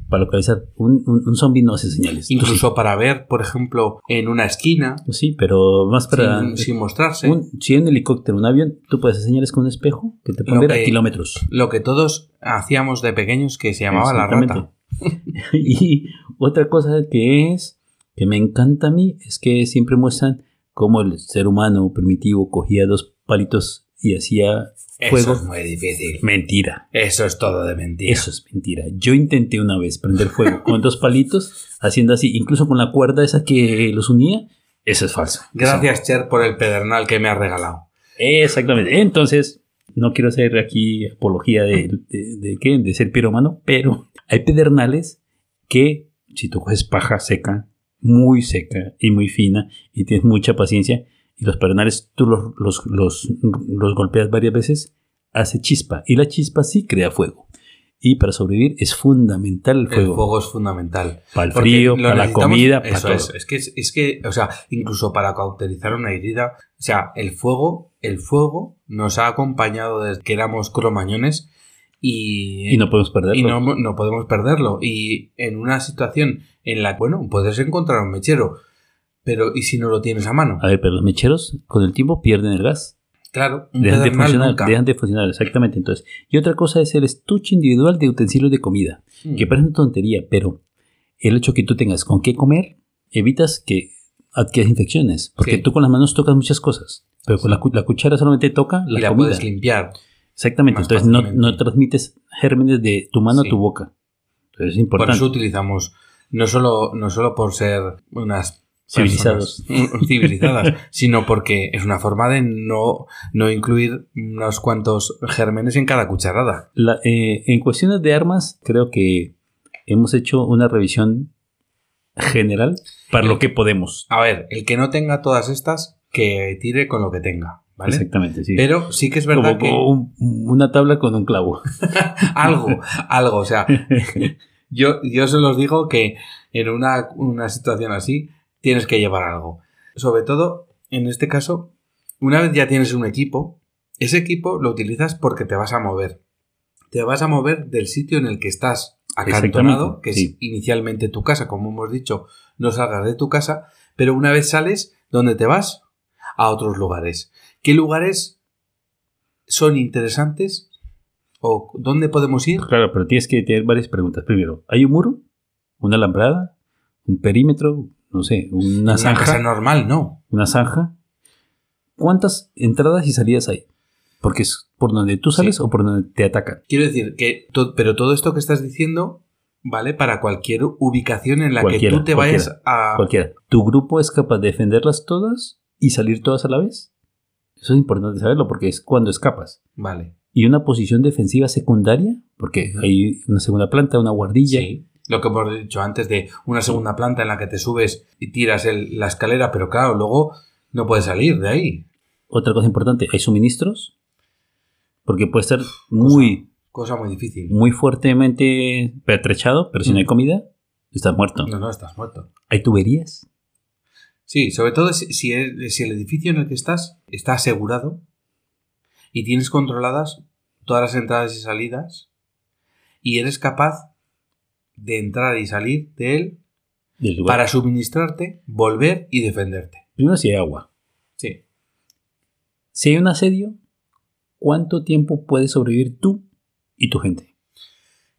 [SPEAKER 3] Para localizar, un, un, un zombie no hace señales.
[SPEAKER 4] Incluso para ver, por ejemplo, en una esquina,
[SPEAKER 3] Tú *laughs* Sí, pero más para.
[SPEAKER 4] sin, sin mostrarse.
[SPEAKER 3] un- si hay un helicóptero, un avión, tú puedes hacer señales con un espejo que te pueden
[SPEAKER 4] Lo
[SPEAKER 3] ver
[SPEAKER 4] que-
[SPEAKER 3] a kilómetros.
[SPEAKER 4] Lo que todos hacíamos de pequeños que se llamaba la rata.
[SPEAKER 3] Exactamente. *laughs* y otra cosa que es, que me encanta a mí, es que siempre muestran cómo el ser humano primitivo cogía dos palitos y hacía
[SPEAKER 4] Eso
[SPEAKER 3] fuego.
[SPEAKER 4] es muy difícil.
[SPEAKER 3] Mentira.
[SPEAKER 4] Eso es todo de mentira.
[SPEAKER 3] Eso es mentira. Yo intenté una vez prender fuego con dos palitos, haciendo así, incluso con la cuerda esa que los unía, Eso es falso.
[SPEAKER 4] Gracias, Cher, por el pedernal que me has regalado.
[SPEAKER 3] Exactamente. Entonces, no quiero hacer aquí apología de, de, de qué, de ser piromano, pero *laughs* hay pedernales que, si tú coges paja seca, muy seca y muy fina, y tienes mucha paciencia, y los pedernales tú los, los, los- los golpeas varias veces, hace chispa, y la chispa sí crea fuego. Y para sobrevivir es fundamental el
[SPEAKER 4] El
[SPEAKER 3] fuego.
[SPEAKER 4] fuego es fundamental.
[SPEAKER 3] Para el
[SPEAKER 4] Porque
[SPEAKER 3] frío,
[SPEAKER 4] lo
[SPEAKER 3] para la
[SPEAKER 4] necesitamos-
[SPEAKER 3] comida, para
[SPEAKER 4] Eso
[SPEAKER 3] todo.
[SPEAKER 4] es. Es que, es, es que, o sea, incluso para cauterizar una herida, o sea, el fuego, el fuego nos ha acompañado desde que éramos cromañones y,
[SPEAKER 3] Y no podemos perderlo.
[SPEAKER 4] y no, no podemos perderlo. Y en una situación en la que, bueno, puedes encontrar un mechero, pero ¿y si no lo tienes a mano?
[SPEAKER 3] A ver, pero los mecheros con el tiempo pierden el gas.
[SPEAKER 4] Claro, un
[SPEAKER 3] Dejan de
[SPEAKER 4] pedernal
[SPEAKER 3] funcionar,
[SPEAKER 4] nunca.
[SPEAKER 3] dejan de funcionar, exactamente. Entonces, y otra cosa es el estuche individual de utensilios de comida,
[SPEAKER 4] Mm.
[SPEAKER 3] que parece una tontería, pero el hecho que tú tengas con qué comer, evitas que adquieras infecciones, porque
[SPEAKER 4] Sí.
[SPEAKER 3] tú con las manos tocas muchas cosas, pero con la, cu- la cuchara solamente toca
[SPEAKER 4] y
[SPEAKER 3] la,
[SPEAKER 4] la
[SPEAKER 3] comida.
[SPEAKER 4] puedes limpiar.
[SPEAKER 3] Exactamente,
[SPEAKER 4] más
[SPEAKER 3] entonces no,
[SPEAKER 4] fácilmente.
[SPEAKER 3] no transmites gérmenes de tu mano
[SPEAKER 4] Sí.
[SPEAKER 3] a tu boca. Entonces es
[SPEAKER 4] Por
[SPEAKER 3] importante.
[SPEAKER 4] eso utilizamos, no solo, no solo por ser unas
[SPEAKER 3] Civilizados.
[SPEAKER 4] personas civilizadas, sino porque es una forma de no, no incluir unos cuantos gérmenes en cada cucharada.
[SPEAKER 3] La- eh, en cuestiones de armas, creo que hemos hecho una revisión general para lo que podemos.
[SPEAKER 4] A ver, el que no tenga todas estas, que tire con lo que tenga, ¿vale?
[SPEAKER 3] Exactamente, sí.
[SPEAKER 4] Pero sí que es
[SPEAKER 3] como
[SPEAKER 4] verdad que
[SPEAKER 3] un- una tabla con un clavo.
[SPEAKER 4] algo, algo, o sea, yo, yo se los digo que en una, una situación así tienes que llevar algo. Sobre todo, en este caso, una vez ya tienes un equipo, ese equipo lo utilizas porque te vas a mover. Te vas a mover del sitio en el que estás acantonado,
[SPEAKER 3] Exactamente,
[SPEAKER 4] que es
[SPEAKER 3] sí.
[SPEAKER 4] inicialmente tu casa, como hemos dicho, no salgas de tu casa, pero una vez sales, ¿dónde te vas? A otros lugares. ¿Qué lugares son interesantes? ¿O dónde podemos ir?
[SPEAKER 3] *laughs* Claro, pero tienes que tener varias preguntas. Primero, ¿hay un muro? ¿Una alambrada? ¿Un perímetro? No sé, una
[SPEAKER 4] Una casa
[SPEAKER 3] zanja.
[SPEAKER 4] normal, no.
[SPEAKER 3] Una zanja. ¿Cuántas entradas y salidas hay? Porque es por donde tú sales
[SPEAKER 4] Sí.
[SPEAKER 3] o por donde te atacan.
[SPEAKER 4] Quiero decir que, to- pero todo esto que estás diciendo vale para cualquier ubicación en la
[SPEAKER 3] Cualquiera,
[SPEAKER 4] que tú te
[SPEAKER 3] cualquiera,
[SPEAKER 4] vayas a.
[SPEAKER 3] Cualquiera. ¿Tu grupo es capaz de defenderlas todas y salir todas a la vez? Eso es importante saberlo porque es cuando escapas.
[SPEAKER 4] Vale.
[SPEAKER 3] ¿Y una posición defensiva secundaria? Porque hay una segunda planta, una guardilla.
[SPEAKER 4] Sí. Lo que hemos dicho antes de una segunda planta en la que te subes y tiras el- la escalera, pero claro, luego no puedes salir de ahí.
[SPEAKER 3] Otra cosa importante, ¿hay suministros? Porque puede estar muy,
[SPEAKER 4] Cosa muy difícil.
[SPEAKER 3] muy fuertemente pertrechado, pero si no hay comida, estás muerto.
[SPEAKER 4] Mm. No, no, estás muerto.
[SPEAKER 3] ¿Hay tuberías?
[SPEAKER 4] Sí, sobre todo si, si el, si el edificio en el que estás está asegurado y tienes controladas todas las entradas y salidas y eres capaz de entrar y salir de él
[SPEAKER 3] del lugar?
[SPEAKER 4] para suministrarte, volver y defenderte.
[SPEAKER 3] Primero, si hay agua.
[SPEAKER 4] Sí.
[SPEAKER 3] Si hay un asedio, ¿cuánto tiempo puedes sobrevivir tú y tu gente?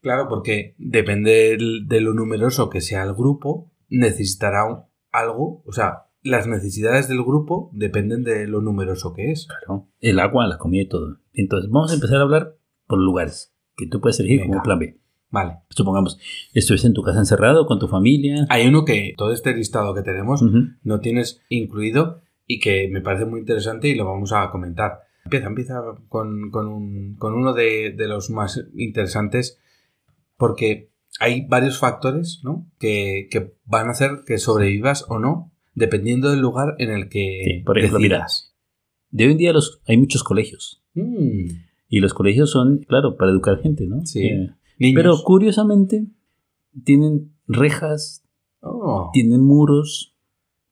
[SPEAKER 4] Claro, porque depende del- de lo numeroso que sea el grupo, necesitará un- algo, o sea, las necesidades del grupo dependen de lo numeroso que es.
[SPEAKER 3] Claro. El agua, la comida y todo. Entonces, vamos a empezar a hablar por lugares que tú puedes elegir
[SPEAKER 4] Venga.
[SPEAKER 3] como plan B.
[SPEAKER 4] Vale.
[SPEAKER 3] Supongamos, estuviste en tu casa encerrado con tu familia.
[SPEAKER 4] Hay uno que todo este listado que tenemos
[SPEAKER 3] Ujú.
[SPEAKER 4] no tienes incluido y que me parece muy interesante y lo vamos a comentar. Empieza, empieza con, con un- con uno de, de los más interesantes porque hay varios factores ¿no? que, que van a hacer que sobrevivas o no dependiendo del lugar en el que
[SPEAKER 3] Sí, por ejemplo, mira.
[SPEAKER 4] eh, decidas.
[SPEAKER 3] De hoy en día los, hay muchos colegios.
[SPEAKER 4] Mm,
[SPEAKER 3] Y los colegios son, claro, para educar gente, ¿no?
[SPEAKER 4] Sí.
[SPEAKER 3] Eh,
[SPEAKER 4] niños.
[SPEAKER 3] pero curiosamente, tienen rejas,
[SPEAKER 4] Oh,
[SPEAKER 3] tienen muros,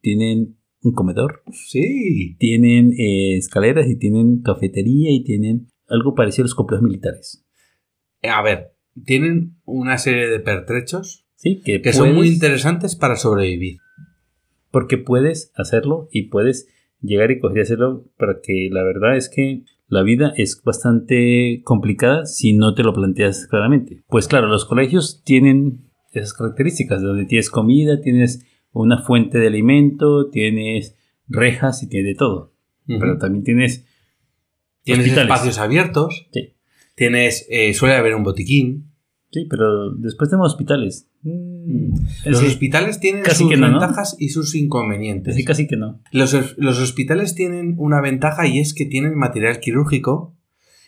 [SPEAKER 3] tienen un comedor,
[SPEAKER 4] sí.
[SPEAKER 3] tienen eh, escaleras y tienen cafetería y tienen algo parecido a los complejos militares.
[SPEAKER 4] A ver, tienen una serie de pertrechos
[SPEAKER 3] Sí, que,
[SPEAKER 4] que
[SPEAKER 3] puedes,
[SPEAKER 4] son muy interesantes para sobrevivir.
[SPEAKER 3] Porque puedes hacerlo y puedes llegar y coger y hacerlo para que la verdad es que la vida es bastante complicada si no te lo planteas claramente. Pues claro, los colegios tienen esas características donde tienes comida, tienes una fuente de alimento, tienes rejas y tienes de todo. Pero
[SPEAKER 4] Ujú.
[SPEAKER 3] también tienes
[SPEAKER 4] Tienes
[SPEAKER 3] hospitales.
[SPEAKER 4] espacios abiertos.
[SPEAKER 3] Sí.
[SPEAKER 4] Tienes, eh, suele haber un botiquín.
[SPEAKER 3] Sí, pero después tenemos hospitales. Mm, es
[SPEAKER 4] Los
[SPEAKER 3] que
[SPEAKER 4] hospitales tienen
[SPEAKER 3] casi
[SPEAKER 4] sus
[SPEAKER 3] que no, ¿no?
[SPEAKER 4] ventajas y sus inconvenientes.
[SPEAKER 3] casi, casi que no.
[SPEAKER 4] Los, hos- los hospitales tienen una ventaja y es que tienen material quirúrgico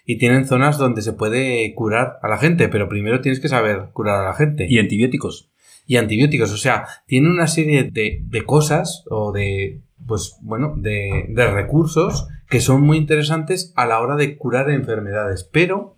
[SPEAKER 4] y tienen zonas donde se puede curar a la gente, pero primero tienes que saber curar a la gente.
[SPEAKER 3] Y antibióticos.
[SPEAKER 4] y antibióticos. O sea, tiene una serie de, de cosas o de, pues bueno, de, de recursos que son muy interesantes a la hora de curar enfermedades. Pero,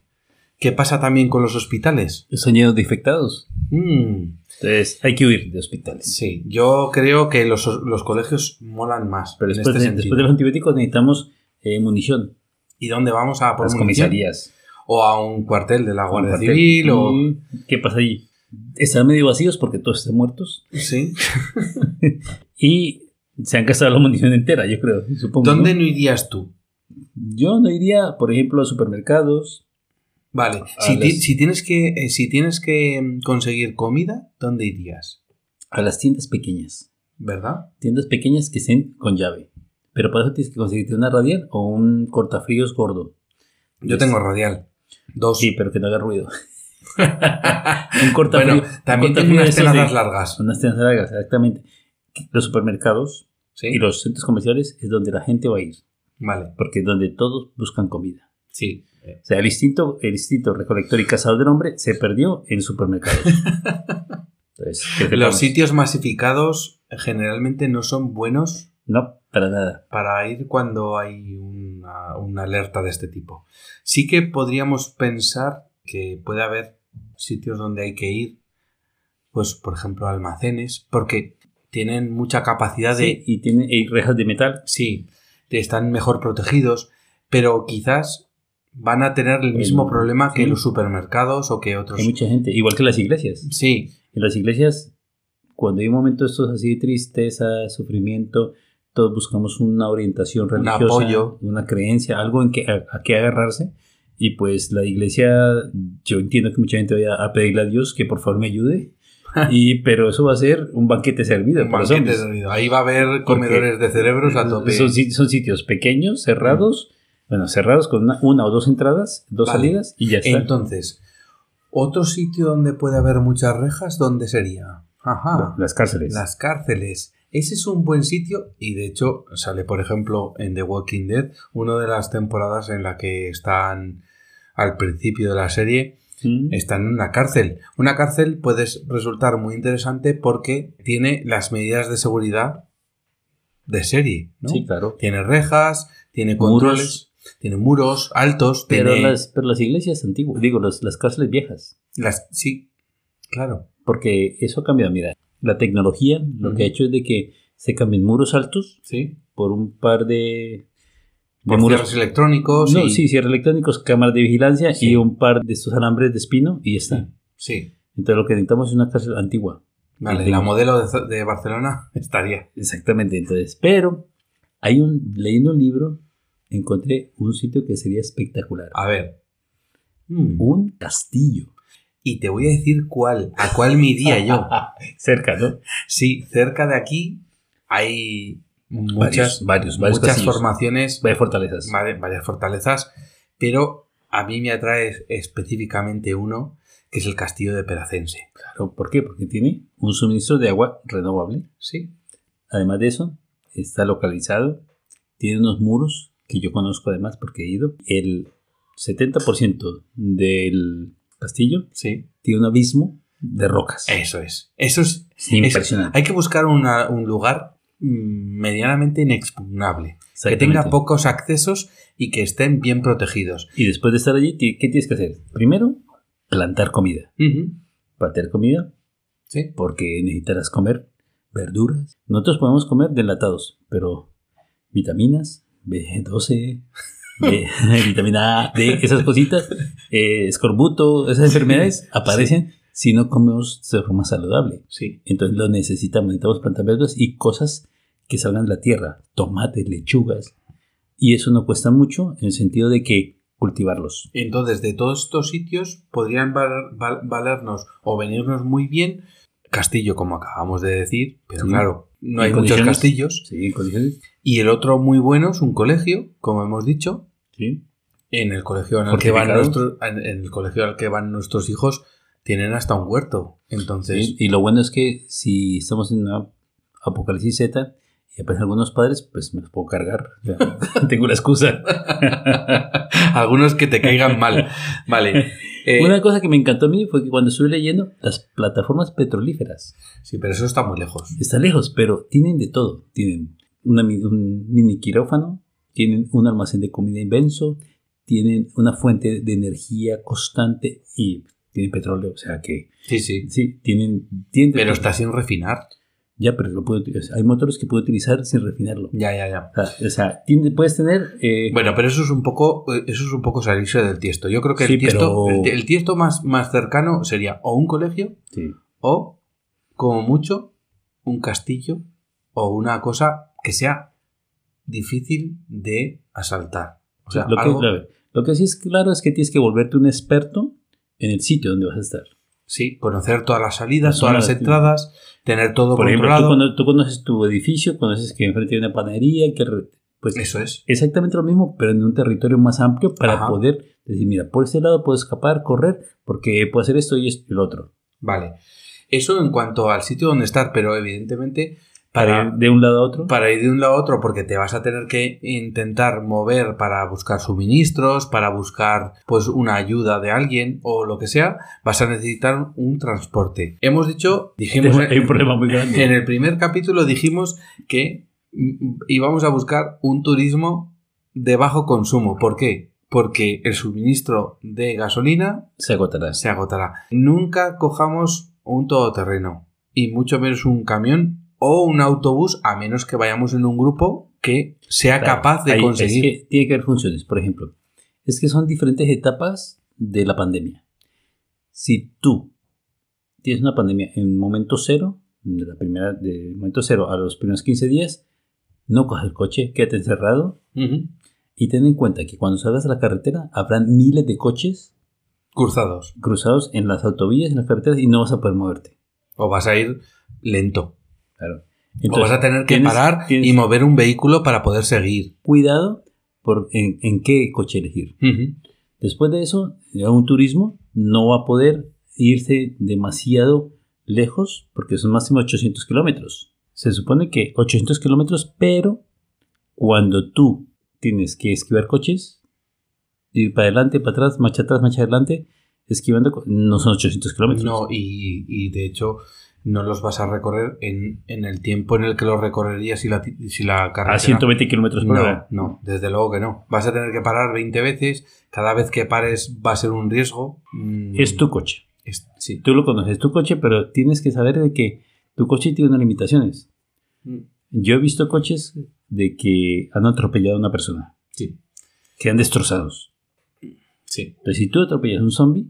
[SPEAKER 4] ¿qué pasa también con los hospitales?
[SPEAKER 3] Son llenos de infectados.
[SPEAKER 4] Mm,
[SPEAKER 3] Entonces hay que huir de hospitales.
[SPEAKER 4] sí, yo creo que los, los colegios molan más.
[SPEAKER 3] Pero
[SPEAKER 4] en
[SPEAKER 3] después, de, Pues,
[SPEAKER 4] este
[SPEAKER 3] después
[SPEAKER 4] sentido.
[SPEAKER 3] de los antibióticos necesitamos eh, munición.
[SPEAKER 4] ¿Y dónde vamos a por
[SPEAKER 3] las
[SPEAKER 4] munición?
[SPEAKER 3] comisarías.
[SPEAKER 4] O a un cuartel de la Guardia
[SPEAKER 3] cuartel.
[SPEAKER 4] Civil o...
[SPEAKER 3] Mm, ¿Qué pasa allí? Están medio vacíos porque todos están muertos.
[SPEAKER 4] Sí.
[SPEAKER 3] Y se han gastado la munición entera, yo creo. Supongo, ¿no?
[SPEAKER 4] ¿Dónde no irías tú?
[SPEAKER 3] Yo no iría, por ejemplo, a supermercados.
[SPEAKER 4] Vale,
[SPEAKER 3] A
[SPEAKER 4] si, ti-
[SPEAKER 3] las-
[SPEAKER 4] si tienes que, eh, si tienes que mm, conseguir comida, ¿dónde irías?
[SPEAKER 3] a las tiendas pequeñas.
[SPEAKER 4] ¿Verdad?
[SPEAKER 3] Tiendas pequeñas que estén con llave. Pero para eso tienes que conseguirte una radial o un cortafríos gordo.
[SPEAKER 4] Yo tengo radial. Dos.
[SPEAKER 3] Sí, pero que no haga
[SPEAKER 4] *laughs*
[SPEAKER 3] ruido. un cortafríos.
[SPEAKER 4] bueno, también tengo
[SPEAKER 3] cortafríos
[SPEAKER 4] unas
[SPEAKER 3] esos de-
[SPEAKER 4] tenazas largas.
[SPEAKER 3] Unas tenas largas, exactamente. Los supermercados
[SPEAKER 4] Sí.
[SPEAKER 3] y los centros comerciales es donde la gente va a ir.
[SPEAKER 4] Vale.
[SPEAKER 3] Porque es donde todos buscan comida.
[SPEAKER 4] Sí.
[SPEAKER 3] O sea, el instinto, el instinto recolector y cazador del hombre se perdió en
[SPEAKER 4] *laughs*
[SPEAKER 3] supermercados. Entonces, ¿qué
[SPEAKER 4] Los
[SPEAKER 3] tenemos?
[SPEAKER 4] sitios masificados generalmente no son buenos
[SPEAKER 3] No, para nada.
[SPEAKER 4] para ir cuando hay una, una alerta de este tipo. Sí que podríamos pensar que puede haber sitios donde hay que ir, pues por ejemplo almacenes, porque tienen mucha capacidad
[SPEAKER 3] Sí,
[SPEAKER 4] de
[SPEAKER 3] y tiene y rejas de metal.
[SPEAKER 4] sí, te están mejor protegidos, pero quizás van a tener el mismo
[SPEAKER 3] El-
[SPEAKER 4] problema que
[SPEAKER 3] sí.
[SPEAKER 4] los supermercados o que otros.
[SPEAKER 3] Hay mucha gente, igual que las iglesias.
[SPEAKER 4] Sí,
[SPEAKER 3] En las iglesias, cuando hay un momento estos así de tristeza, sufrimiento, todos buscamos una orientación
[SPEAKER 4] Un
[SPEAKER 3] religiosa,
[SPEAKER 4] apoyo.
[SPEAKER 3] una creencia, algo en que a, a qué agarrarse. Y pues la iglesia, yo entiendo que mucha gente vaya a pedirle a Dios que por favor me
[SPEAKER 4] *laughs*
[SPEAKER 3] ayude. y pero eso va a ser un banquete servido.
[SPEAKER 4] un
[SPEAKER 3] para los
[SPEAKER 4] banquete
[SPEAKER 3] hombres.
[SPEAKER 4] dormido. Ahí va a haber
[SPEAKER 3] Porque
[SPEAKER 4] comedores de cerebros a tope. Mm.
[SPEAKER 3] Son, sit- son sitios pequeños, cerrados, bueno, cerrados con una, una o dos entradas, dos
[SPEAKER 4] Vale.
[SPEAKER 3] salidas y ya está.
[SPEAKER 4] Entonces, otro sitio donde puede haber muchas rejas, ¿dónde sería? Ajá,
[SPEAKER 3] las cárceles.
[SPEAKER 4] ah, las cárceles. Ese es un buen sitio y de hecho sale, por ejemplo, en The Walking Dead, una de las temporadas en la que están al principio de la serie,
[SPEAKER 3] Mm.
[SPEAKER 4] están en una cárcel. Una cárcel puede s- resultar muy interesante porque tiene las medidas de seguridad de serie, ¿no?
[SPEAKER 3] Sí, claro.
[SPEAKER 4] Tiene rejas, tiene
[SPEAKER 3] Muros.
[SPEAKER 4] controles, tiene muros altos,
[SPEAKER 3] Pero
[SPEAKER 4] tiene
[SPEAKER 3] las, pero las iglesias antiguas, digo, las, las cárceles viejas,
[SPEAKER 4] las- sí, claro.
[SPEAKER 3] porque eso ha cambiado. Mira, la tecnología lo que ha
[SPEAKER 4] Ujú.
[SPEAKER 3] hecho es de que se cambien muros altos
[SPEAKER 4] Sí.
[SPEAKER 3] por un par de, de
[SPEAKER 4] Por
[SPEAKER 3] muros.
[SPEAKER 4] cierres electrónicos.
[SPEAKER 3] No,
[SPEAKER 4] y-
[SPEAKER 3] sí, cierres electrónicos, cámaras de vigilancia
[SPEAKER 4] Sí.
[SPEAKER 3] y un par de estos alambres de espino y ya está.
[SPEAKER 4] Sí.
[SPEAKER 3] Entonces lo que necesitamos es una cárcel antigua.
[SPEAKER 4] Vale,
[SPEAKER 3] Antiguo.
[SPEAKER 4] la modelo de, Z- de Barcelona *laughs* estaría.
[SPEAKER 3] Exactamente, entonces. Pero hay un, leyendo un libro, encontré un sitio que sería espectacular.
[SPEAKER 4] A ver. Mm.
[SPEAKER 3] Un castillo.
[SPEAKER 4] Y te voy a decir cuál, a cuál me iría yo.
[SPEAKER 3] *laughs* Cerca, ¿no?
[SPEAKER 4] Sí, cerca de aquí hay muchas,
[SPEAKER 3] Varios, varios, varios
[SPEAKER 4] muchas
[SPEAKER 3] castillos.
[SPEAKER 4] formaciones,
[SPEAKER 3] Vaya fortalezas.
[SPEAKER 4] vari- varias fortalezas, pero a mí me atrae específicamente uno, que es el castillo de Peracense.
[SPEAKER 3] Claro, ¿por qué? Porque tiene un suministro de agua renovable.
[SPEAKER 4] Sí.
[SPEAKER 3] Además de eso, está localizado, tiene unos muros que yo conozco además porque he ido. El 70% del castillo
[SPEAKER 4] Sí.
[SPEAKER 3] tiene un abismo de rocas.
[SPEAKER 4] Eso es. Eso es.
[SPEAKER 3] Es impresionante.
[SPEAKER 4] Hay que buscar una- un lugar mm, medianamente inexpugnable, que tenga
[SPEAKER 3] Exactamente.
[SPEAKER 4] pocos accesos y que estén bien protegidos.
[SPEAKER 3] Y después de estar allí, ti- ¿qué tienes que hacer? Primero, plantar comida.
[SPEAKER 4] Ujú.
[SPEAKER 3] Para tener comida,
[SPEAKER 4] Sí.
[SPEAKER 3] porque necesitarás comer verduras. Nosotros podemos comer delatados, pero vitaminas, B12, B- *laughs* vitamina A, D, esas cositas, eh, escorbuto, esas enfermedades aparecen si no comemos de forma saludable.
[SPEAKER 4] Sí.
[SPEAKER 3] Entonces lo necesitamos, necesitamos plantar verduras y cosas que salgan de la tierra, tomates, lechugas. Y eso no cuesta mucho en el sentido de que cultivarlos.
[SPEAKER 4] Entonces, de todos estos sitios podrían val- val- valernos o venirnos muy bien castillo, como acabamos de decir, pero
[SPEAKER 3] Sí.
[SPEAKER 4] claro, no
[SPEAKER 3] ¿Y
[SPEAKER 4] hay muchos
[SPEAKER 3] condiciones?
[SPEAKER 4] castillos.
[SPEAKER 3] Sí, en condiciones.
[SPEAKER 4] Y el otro muy bueno es un colegio, como hemos dicho,
[SPEAKER 3] Sí.
[SPEAKER 4] en el colegio en el que
[SPEAKER 3] Fortificado.
[SPEAKER 4] van nuestros, en en el colegio al que van nuestros hijos tienen hasta un huerto. Entonces,
[SPEAKER 3] Y, y lo bueno es que si estamos en una apocalipsis Z y aparecen algunos padres, pues me los puedo cargar. Ya, *laughs* tengo la excusa.
[SPEAKER 4] *laughs* algunos que te caigan mal. Vale. eh,
[SPEAKER 3] Una cosa que me encantó a mí fue que cuando estuve leyendo, las plataformas petrolíferas
[SPEAKER 4] Sí, pero eso está muy lejos.
[SPEAKER 3] están lejos, pero tienen de todo. Tienen una mi- un mini quirófano, tienen un almacén de comida inmenso, tienen una fuente de energía constante y tienen petróleo. O sea que
[SPEAKER 4] Sí, sí.
[SPEAKER 3] sí, tienen... tienen de
[SPEAKER 4] Pero
[SPEAKER 3] todo.
[SPEAKER 4] está sin refinar.
[SPEAKER 3] Ya, pero lo puedo utilizar. hay motores que puedo utilizar sin refinarlo.
[SPEAKER 4] Ya, ya, ya.
[SPEAKER 3] O sea, Ah, o sea, tiene- puedes tener. eh,
[SPEAKER 4] Bueno, pero eso es un poco, eh, eso es un poco salirse del tiesto. Yo creo que
[SPEAKER 3] Sí,
[SPEAKER 4] el tiesto,
[SPEAKER 3] pero-
[SPEAKER 4] el, el tiesto más, más cercano sería o un colegio
[SPEAKER 3] sí.
[SPEAKER 4] o, como mucho, un castillo o una cosa que sea difícil de asaltar. O sea,
[SPEAKER 3] lo, que,
[SPEAKER 4] algo-
[SPEAKER 3] a ver, lo que sí es claro es que tienes que volverte un experto en el sitio donde vas a estar.
[SPEAKER 4] sí, conocer todas las salidas,
[SPEAKER 3] Las
[SPEAKER 4] todas las
[SPEAKER 3] zonas, sí.
[SPEAKER 4] entradas, tener todo
[SPEAKER 3] Por ejemplo, tú,
[SPEAKER 4] controlado.
[SPEAKER 3] cuando, tú conoces tu edificio, conoces que enfrente hay una panadería, que. re- Pues
[SPEAKER 4] Eso es.
[SPEAKER 3] exactamente lo mismo, pero en un territorio más amplio para
[SPEAKER 4] Ajá.
[SPEAKER 3] poder decir, mira, por este lado puedo escapar, correr, porque puedo hacer esto y esto y lo otro.
[SPEAKER 4] Vale. Eso en cuanto al sitio donde estar, pero evidentemente
[SPEAKER 3] Para ir de un lado a otro.
[SPEAKER 4] para ir de un lado a otro porque te vas a tener que intentar mover para buscar suministros, para buscar pues una ayuda de alguien o lo que sea, vas a necesitar un transporte. Hemos dicho,
[SPEAKER 3] *laughs*
[SPEAKER 4] dijimos
[SPEAKER 3] hay un problema muy grande.
[SPEAKER 4] *laughs* en el primer capítulo dijimos que mm, íbamos a buscar un turismo de bajo consumo. ¿Por qué? Porque el suministro de gasolina
[SPEAKER 3] Se agotará.
[SPEAKER 4] se agotará. Nunca cojamos un todoterreno y mucho menos un camión o un autobús a menos que vayamos en un grupo que sea
[SPEAKER 3] Claro,
[SPEAKER 4] capaz de
[SPEAKER 3] ahí es
[SPEAKER 4] conseguir.
[SPEAKER 3] que tiene que haber funciones, por ejemplo. Es que son diferentes etapas de la pandemia. Si tú tienes una pandemia en momento cero, de la primera, de momento cero a los primeros 15 días, no cojas el coche, quédate encerrado
[SPEAKER 4] Ujú.
[SPEAKER 3] y ten en cuenta que cuando salgas a la carretera habrán miles de coches
[SPEAKER 4] Cruzados.
[SPEAKER 3] cruzados en las autovías, en las carreteras y no vas a poder moverte.
[SPEAKER 4] O vas a ir lento.
[SPEAKER 3] Claro.
[SPEAKER 4] o vas a tener que
[SPEAKER 3] tienes-
[SPEAKER 4] parar
[SPEAKER 3] tienes-
[SPEAKER 4] y mover un vehículo para poder seguir.
[SPEAKER 3] cuidado por en- en qué coche elegir.
[SPEAKER 4] Ujú.
[SPEAKER 3] Después de eso, ya un turismo no va a poder irse demasiado lejos porque son máximo 800 kilómetros. Se supone que 800 kilómetros, pero cuando tú tienes que esquivar coches, ir para adelante, para atrás, marcha atrás, marcha adelante, esquivando, co- no son 800 kilómetros.
[SPEAKER 4] No, y, y de hecho no los vas a recorrer en, en el tiempo en el que los recorrerías si la, ti- si la carretera...
[SPEAKER 3] a 120 kilómetros por
[SPEAKER 4] No,
[SPEAKER 3] hora.
[SPEAKER 4] no, desde luego que no. Vas a tener que parar 20 veces. Cada vez que pares va a ser un riesgo. Mm,
[SPEAKER 3] Es tu coche.
[SPEAKER 4] es- sí.
[SPEAKER 3] Tú lo conoces, tu coche, pero tienes que saber de que tu coche tiene unas limitaciones. Mm, Yo he visto coches de que han atropellado a una persona.
[SPEAKER 4] Sí.
[SPEAKER 3] Quedan destrozados.
[SPEAKER 4] Sí.
[SPEAKER 3] Entonces, si tú atropellas a un zombie,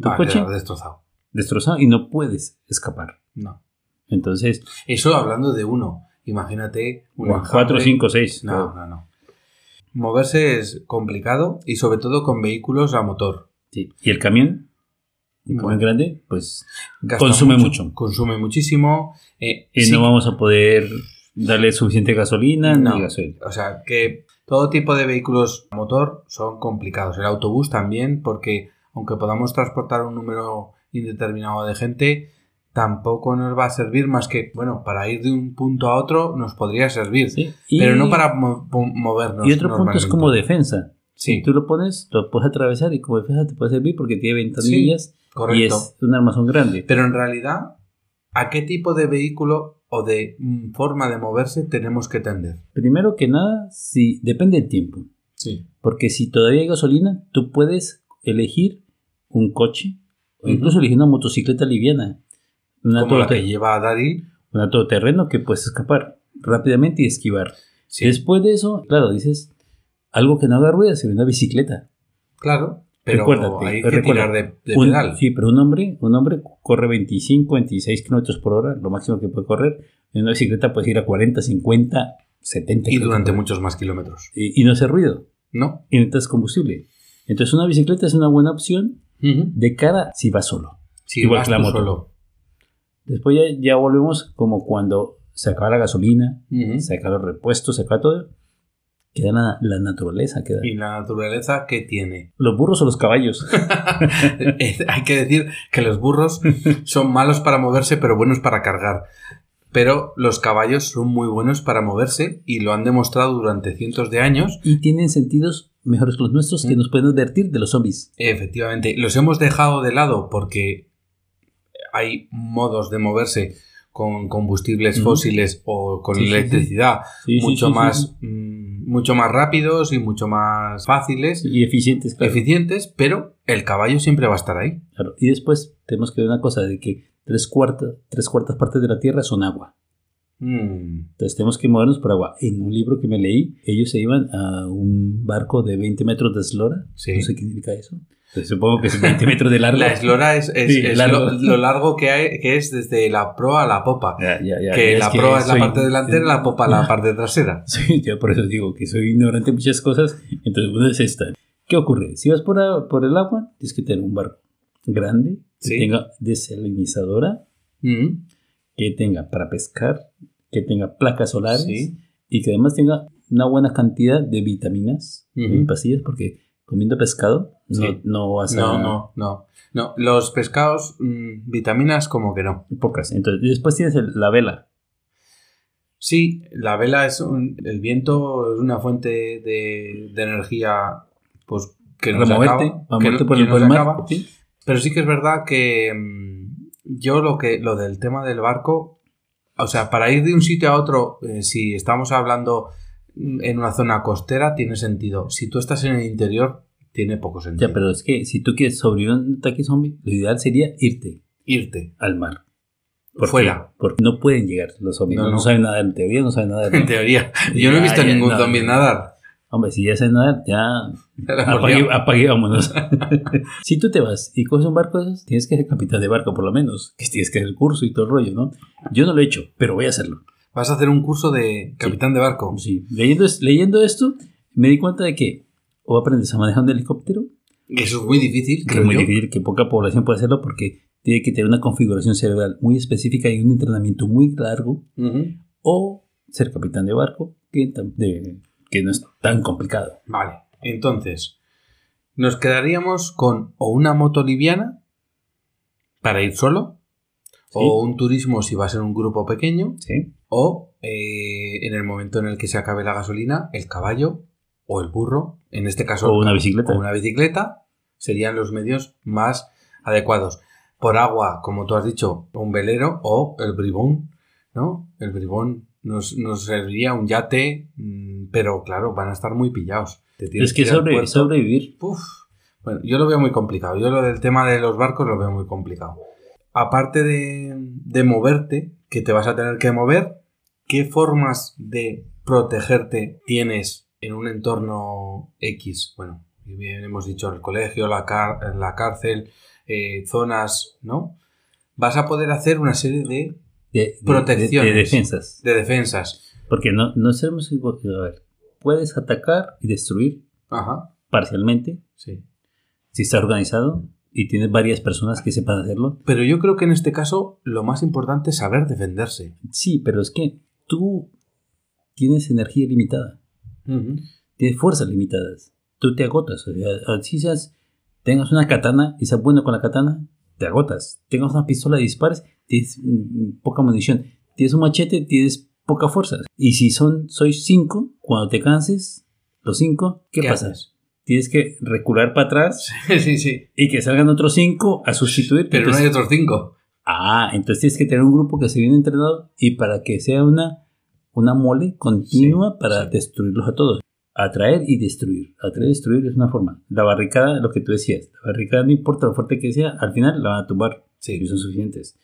[SPEAKER 3] ¿Tu
[SPEAKER 4] Va a
[SPEAKER 3] coche?
[SPEAKER 4] quedar destrozado.
[SPEAKER 3] destrozado y no puedes escapar.
[SPEAKER 4] No.
[SPEAKER 3] Entonces,
[SPEAKER 4] Eso hablando de uno. Imagínate un enjambre.
[SPEAKER 3] 4, 5, 6.
[SPEAKER 4] No, no, no. Moverse es complicado y sobre todo con vehículos a motor.
[SPEAKER 3] ¿Y el camión? ¿Un
[SPEAKER 4] No.
[SPEAKER 3] camión grande? Pues
[SPEAKER 4] Gasta
[SPEAKER 3] Consume mucho.
[SPEAKER 4] Consume muchísimo. eh,
[SPEAKER 3] eh,
[SPEAKER 4] sí,
[SPEAKER 3] no vamos a poder darle suficiente gasolina
[SPEAKER 4] No.
[SPEAKER 3] ni gasoil.
[SPEAKER 4] O sea, que todo tipo de vehículos a motor son complicados. El autobús también, porque aunque podamos transportar un número indeterminado de gente, tampoco nos va a servir más que, bueno, para ir de un punto a otro nos podría servir,
[SPEAKER 3] Sí.
[SPEAKER 4] pero
[SPEAKER 3] Y-
[SPEAKER 4] no para mo- po- movernos.
[SPEAKER 3] Y otro punto es
[SPEAKER 4] normalmente.
[SPEAKER 3] como defensa.
[SPEAKER 4] Sí,
[SPEAKER 3] Si tú lo pones, lo puedes atravesar y como defensa te puede servir porque tiene ventanillas y
[SPEAKER 4] correcto.
[SPEAKER 3] es un armazón grande.
[SPEAKER 4] Pero en realidad, ¿a qué tipo de vehículo o de mm, forma de moverse tenemos que tender?
[SPEAKER 3] Primero que nada, si depende del tiempo.
[SPEAKER 4] Sí.
[SPEAKER 3] Porque si todavía hay gasolina, tú puedes elegir un coche o
[SPEAKER 4] Ujú.
[SPEAKER 3] incluso elegir una motocicleta liviana. Una,
[SPEAKER 4] Como la
[SPEAKER 3] todoter-
[SPEAKER 4] que lleva Daryl.
[SPEAKER 3] una todoterreno que puedes escapar rápidamente y esquivar.
[SPEAKER 4] Sí,
[SPEAKER 3] Después de eso, claro, dices algo que no haga ruido, se ve una bicicleta.
[SPEAKER 4] claro. Pero
[SPEAKER 3] Recuérdate,
[SPEAKER 4] hay que
[SPEAKER 3] recuerda,
[SPEAKER 4] tirar de, de
[SPEAKER 3] Un-
[SPEAKER 4] pedal.
[SPEAKER 3] sí, pero un hombre, un hombre corre 25, 26 kilómetros por hora, lo máximo que puede correr. En una bicicleta puedes ir a 40, 50, 70
[SPEAKER 4] Y durante
[SPEAKER 3] kilómetros.
[SPEAKER 4] muchos más kilómetros.
[SPEAKER 3] Y, y no hace ruido,
[SPEAKER 4] ¿No?
[SPEAKER 3] y necesitas combustible. Entonces, una bicicleta es una buena opción de cara si vas solo.
[SPEAKER 4] Si
[SPEAKER 3] Igual
[SPEAKER 4] vas
[SPEAKER 3] que la
[SPEAKER 4] tú
[SPEAKER 3] moto.
[SPEAKER 4] solo.
[SPEAKER 3] Después ya, ya volvemos como cuando se acaba la gasolina,
[SPEAKER 4] Ujú.
[SPEAKER 3] se acaba los repuestos, se acaba todo. Queda la, la naturaleza. Queda.
[SPEAKER 4] ¿Y la naturaleza qué
[SPEAKER 3] *laughs*
[SPEAKER 4] tiene? *laughs*
[SPEAKER 3] Los burros o los *laughs* caballos.
[SPEAKER 4] Hay que decir que los burros son malos para moverse, pero buenos para cargar. Pero los caballos son muy buenos para moverse y lo han demostrado durante cientos de años.
[SPEAKER 3] y tienen sentidos mejores que los nuestros que nos pueden advertir de los zombies.
[SPEAKER 4] Efectivamente, los hemos dejado de lado porque hay modos de moverse con combustibles
[SPEAKER 3] Ujú.
[SPEAKER 4] fósiles o con
[SPEAKER 3] Sí, sí, sí.
[SPEAKER 4] electricidad
[SPEAKER 3] Sí, sí,
[SPEAKER 4] mucho
[SPEAKER 3] sí, sí,
[SPEAKER 4] más mm, mucho más rápidos y mucho más fáciles,
[SPEAKER 3] Y eficientes, claro.
[SPEAKER 4] eficientes, pero el caballo siempre va a estar ahí.
[SPEAKER 3] Claro, Y después tenemos que ver una cosa de que tres cuartas, tres cuartas partes de la Tierra son agua.
[SPEAKER 4] Mm,
[SPEAKER 3] Entonces tenemos que movernos por agua. En un libro que me leí, ellos se iban a un barco de 20 metros de eslora.
[SPEAKER 4] Sí.
[SPEAKER 3] No sé qué significa eso. Entonces, supongo que es 20 metros de largo.
[SPEAKER 4] La eslora es, es-
[SPEAKER 3] Sí,
[SPEAKER 4] es
[SPEAKER 3] largo.
[SPEAKER 4] Lo, lo largo que, hay, que es desde la proa a la popa.
[SPEAKER 3] *laughs* Ya, ya, ya,
[SPEAKER 4] que
[SPEAKER 3] ya,
[SPEAKER 4] la
[SPEAKER 3] que
[SPEAKER 4] proa es la
[SPEAKER 3] soy-
[SPEAKER 4] parte delantera y la
[SPEAKER 3] *laughs*
[SPEAKER 4] popa la parte trasera.
[SPEAKER 3] Sí, yo por eso digo que soy ignorante en muchas cosas. Entonces, una es esta. ¿Qué ocurre? Si vas por, a- por el agua, tienes que tener un barco grande,
[SPEAKER 4] Sí.
[SPEAKER 3] que tenga desalinizadora,
[SPEAKER 4] Mm,
[SPEAKER 3] que tenga para pescar, que tenga placas solares
[SPEAKER 4] sí.
[SPEAKER 3] y que además tenga una buena cantidad de vitaminas
[SPEAKER 4] Ujú.
[SPEAKER 3] y pastillas, porque comiendo pescado no,
[SPEAKER 4] Sí.
[SPEAKER 3] no vas a...
[SPEAKER 4] No, no, no. No, los pescados, mm, vitaminas como que no.
[SPEAKER 3] Pocas. Entonces, después tienes el- la vela.
[SPEAKER 4] Sí, la vela es un, el viento es una fuente de, de energía pues que nos
[SPEAKER 3] para moverte,
[SPEAKER 4] acaba,
[SPEAKER 3] para
[SPEAKER 4] que
[SPEAKER 3] moverte
[SPEAKER 4] no-
[SPEAKER 3] por
[SPEAKER 4] que
[SPEAKER 3] el, por
[SPEAKER 4] nos
[SPEAKER 3] el mar.
[SPEAKER 4] acaba.
[SPEAKER 3] Sí.
[SPEAKER 4] Pero sí que es verdad que mm, yo lo que lo del tema del barco, o sea, para ir de un sitio a otro, eh, si estamos hablando mm, en una zona costera tiene sentido. Si tú estás en el interior tiene poco sentido.
[SPEAKER 3] Ya, pero es que si tú quieres sobrevivir a un ataque zombie, lo ideal sería irte.
[SPEAKER 4] irte
[SPEAKER 3] al mar.
[SPEAKER 4] Fuera.
[SPEAKER 3] qué? Porque no pueden llegar los zombies.
[SPEAKER 4] No,
[SPEAKER 3] No,
[SPEAKER 4] no.
[SPEAKER 3] saben nadar, en teoría no saben nadar. ¿no?
[SPEAKER 4] *laughs*
[SPEAKER 3] *laughs*
[SPEAKER 4] En teoría, yo no he
[SPEAKER 3] Ya,
[SPEAKER 4] visto
[SPEAKER 3] ya,
[SPEAKER 4] ningún
[SPEAKER 3] no.
[SPEAKER 4] zombie
[SPEAKER 3] *laughs*
[SPEAKER 4] nadar.
[SPEAKER 3] Hombre, si ya saben nadar, ya apague, apague, vámonos. *laughs* si tú te vas y coges un barco, de esos, tienes que ser capitán de barco, por lo menos. Que tienes que hacer el curso y todo el rollo, ¿no? Yo no lo he hecho, pero voy a hacerlo.
[SPEAKER 4] Vas a hacer un curso de capitán de barco.
[SPEAKER 3] Sí, leyendo, es- leyendo esto, me di cuenta de que o aprendes a manejar un helicóptero,
[SPEAKER 4] Eso es muy difícil,
[SPEAKER 3] que
[SPEAKER 4] creo
[SPEAKER 3] es muy
[SPEAKER 4] yo.
[SPEAKER 3] difícil, que poca población puede hacerlo porque tiene que tener una configuración cerebral muy específica y un entrenamiento muy largo
[SPEAKER 4] Ujú.
[SPEAKER 3] o ser capitán de barco, que, tam- de- que no es tan complicado.
[SPEAKER 4] Vale, entonces nos quedaríamos con o una moto liviana para ir solo, o un turismo si va a ser un grupo pequeño,
[SPEAKER 3] Sí.
[SPEAKER 4] o eh, en el momento en el que se acabe la gasolina, el caballo o el burro, en este caso
[SPEAKER 3] O una bicicleta.
[SPEAKER 4] o una bicicleta, serían los medios más adecuados. Por agua, como tú has dicho, un velero o el bribón, ¿no? El bribón nos, nos serviría un yate, mm, pero claro, van a estar muy pillados. Te tienes
[SPEAKER 3] Es que eh,
[SPEAKER 4] ir al
[SPEAKER 3] sobre-
[SPEAKER 4] puerto.
[SPEAKER 3] sobrevivir.
[SPEAKER 4] Uf. Bueno, yo lo veo muy complicado. Yo lo del tema de los barcos lo veo muy complicado. Aparte de, de moverte, que te vas a tener que mover, ¿qué formas de protegerte tienes en un entorno X? Bueno, bien hemos dicho el colegio, la, car- la cárcel, eh, zonas, ¿no? Vas a poder hacer una serie de,
[SPEAKER 3] De, de-
[SPEAKER 4] Protecciones.
[SPEAKER 3] de- de defensas.
[SPEAKER 4] de defensas.
[SPEAKER 3] Porque no, no seremos igual- A ver, puedes atacar y destruir
[SPEAKER 4] Ajá,
[SPEAKER 3] parcialmente
[SPEAKER 4] sí.
[SPEAKER 3] si está organizado y tienes varias personas que sepan hacerlo.
[SPEAKER 4] Pero yo creo que en este caso lo más importante es saber defenderse.
[SPEAKER 3] Sí, pero es que tú tienes energía limitada, tienes fuerzas limitadas, tú te agotas. O sea, así seas, tengas una katana y seas bueno con la katana, te agotas. Tengas una pistola y dispares, tienes mm, poca munición. Tienes un machete, tienes poca fuerza. Y si son, sois cinco, cuando te canses, los cinco, ¿qué,
[SPEAKER 4] ¿Qué
[SPEAKER 3] pasa?
[SPEAKER 4] haces?
[SPEAKER 3] Tienes que recular para atrás
[SPEAKER 4] *laughs* sí, sí.
[SPEAKER 3] y que salgan otros cinco a sustituir.
[SPEAKER 4] Pero no
[SPEAKER 3] Entonces-
[SPEAKER 4] hay otros cinco.
[SPEAKER 3] Ah, entonces tienes que tener un grupo que se viene entrenado y para que sea una, una mole continua
[SPEAKER 4] Sí,
[SPEAKER 3] para
[SPEAKER 4] sí.
[SPEAKER 3] destruirlos a todos. Atraer y destruir. Atraer y destruir es una forma. La barricada, lo que tú decías, la barricada no importa lo fuerte que sea, al final la van a tumbar si
[SPEAKER 4] Sí.
[SPEAKER 3] son suficientes.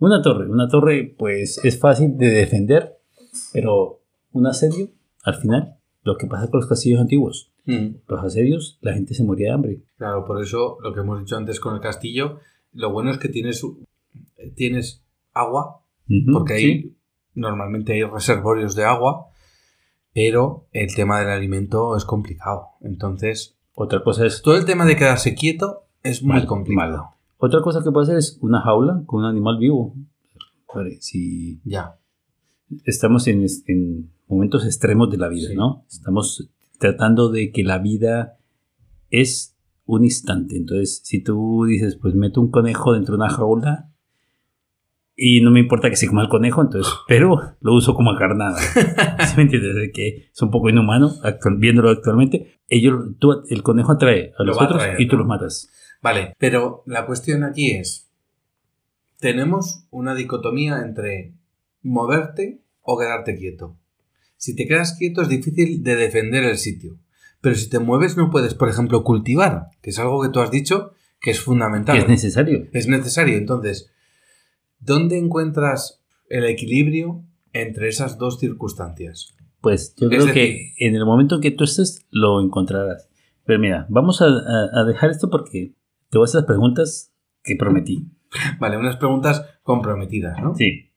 [SPEAKER 3] Una torre, una torre pues es fácil de defender, pero un asedio, al final, lo que pasa con los castillos antiguos. Los asedios, la gente se moría de hambre.
[SPEAKER 4] Mm, Claro, por eso lo que hemos dicho antes con el castillo, lo bueno es que tienes, tienes agua,
[SPEAKER 3] Ujú,
[SPEAKER 4] porque ahí
[SPEAKER 3] sí.
[SPEAKER 4] normalmente hay reservorios de agua, pero el tema del alimento es complicado. Entonces,
[SPEAKER 3] Otra cosa es
[SPEAKER 4] todo el tema de quedarse quieto es muy
[SPEAKER 3] Mal,
[SPEAKER 4] complicado.
[SPEAKER 3] malo. Otra cosa que puede hacer es una jaula con un animal vivo. Joder, si
[SPEAKER 4] Ya.
[SPEAKER 3] estamos en, es- en momentos extremos de la vida,
[SPEAKER 4] Sí.
[SPEAKER 3] ¿no? Estamos tratando de que la vida es un instante. Entonces, si tú dices, pues meto un conejo dentro de una jaula y no me importa que se coma el conejo,
[SPEAKER 4] *laughs*
[SPEAKER 3] entonces, pero lo uso como acarnada. ¿Sí me entiendes? De que es un poco inhumano, actual- viéndolo actualmente. Ellos, tú- el conejo atrae a
[SPEAKER 4] Lo
[SPEAKER 3] los
[SPEAKER 4] va a
[SPEAKER 3] otros
[SPEAKER 4] atraer,
[SPEAKER 3] y tú
[SPEAKER 4] ¿no?
[SPEAKER 3] los matas.
[SPEAKER 4] Vale, pero la cuestión aquí es, tenemos una dicotomía entre moverte o quedarte quieto. Si te quedas quieto es difícil de defender el sitio, pero si te mueves no puedes, por ejemplo, cultivar, que es algo que tú has dicho que es fundamental.
[SPEAKER 3] Que es necesario.
[SPEAKER 4] Es necesario. Entonces, ¿dónde encuentras el equilibrio entre esas dos circunstancias?
[SPEAKER 3] Pues yo
[SPEAKER 4] Es
[SPEAKER 3] creo
[SPEAKER 4] decir-
[SPEAKER 3] que en el momento en que tú estés, lo encontrarás. Pero mira, vamos a, a- a dejar esto porque te voy a hacer las preguntas que prometí.
[SPEAKER 4] Vale, unas preguntas comprometidas, ¿no?
[SPEAKER 3] Sí.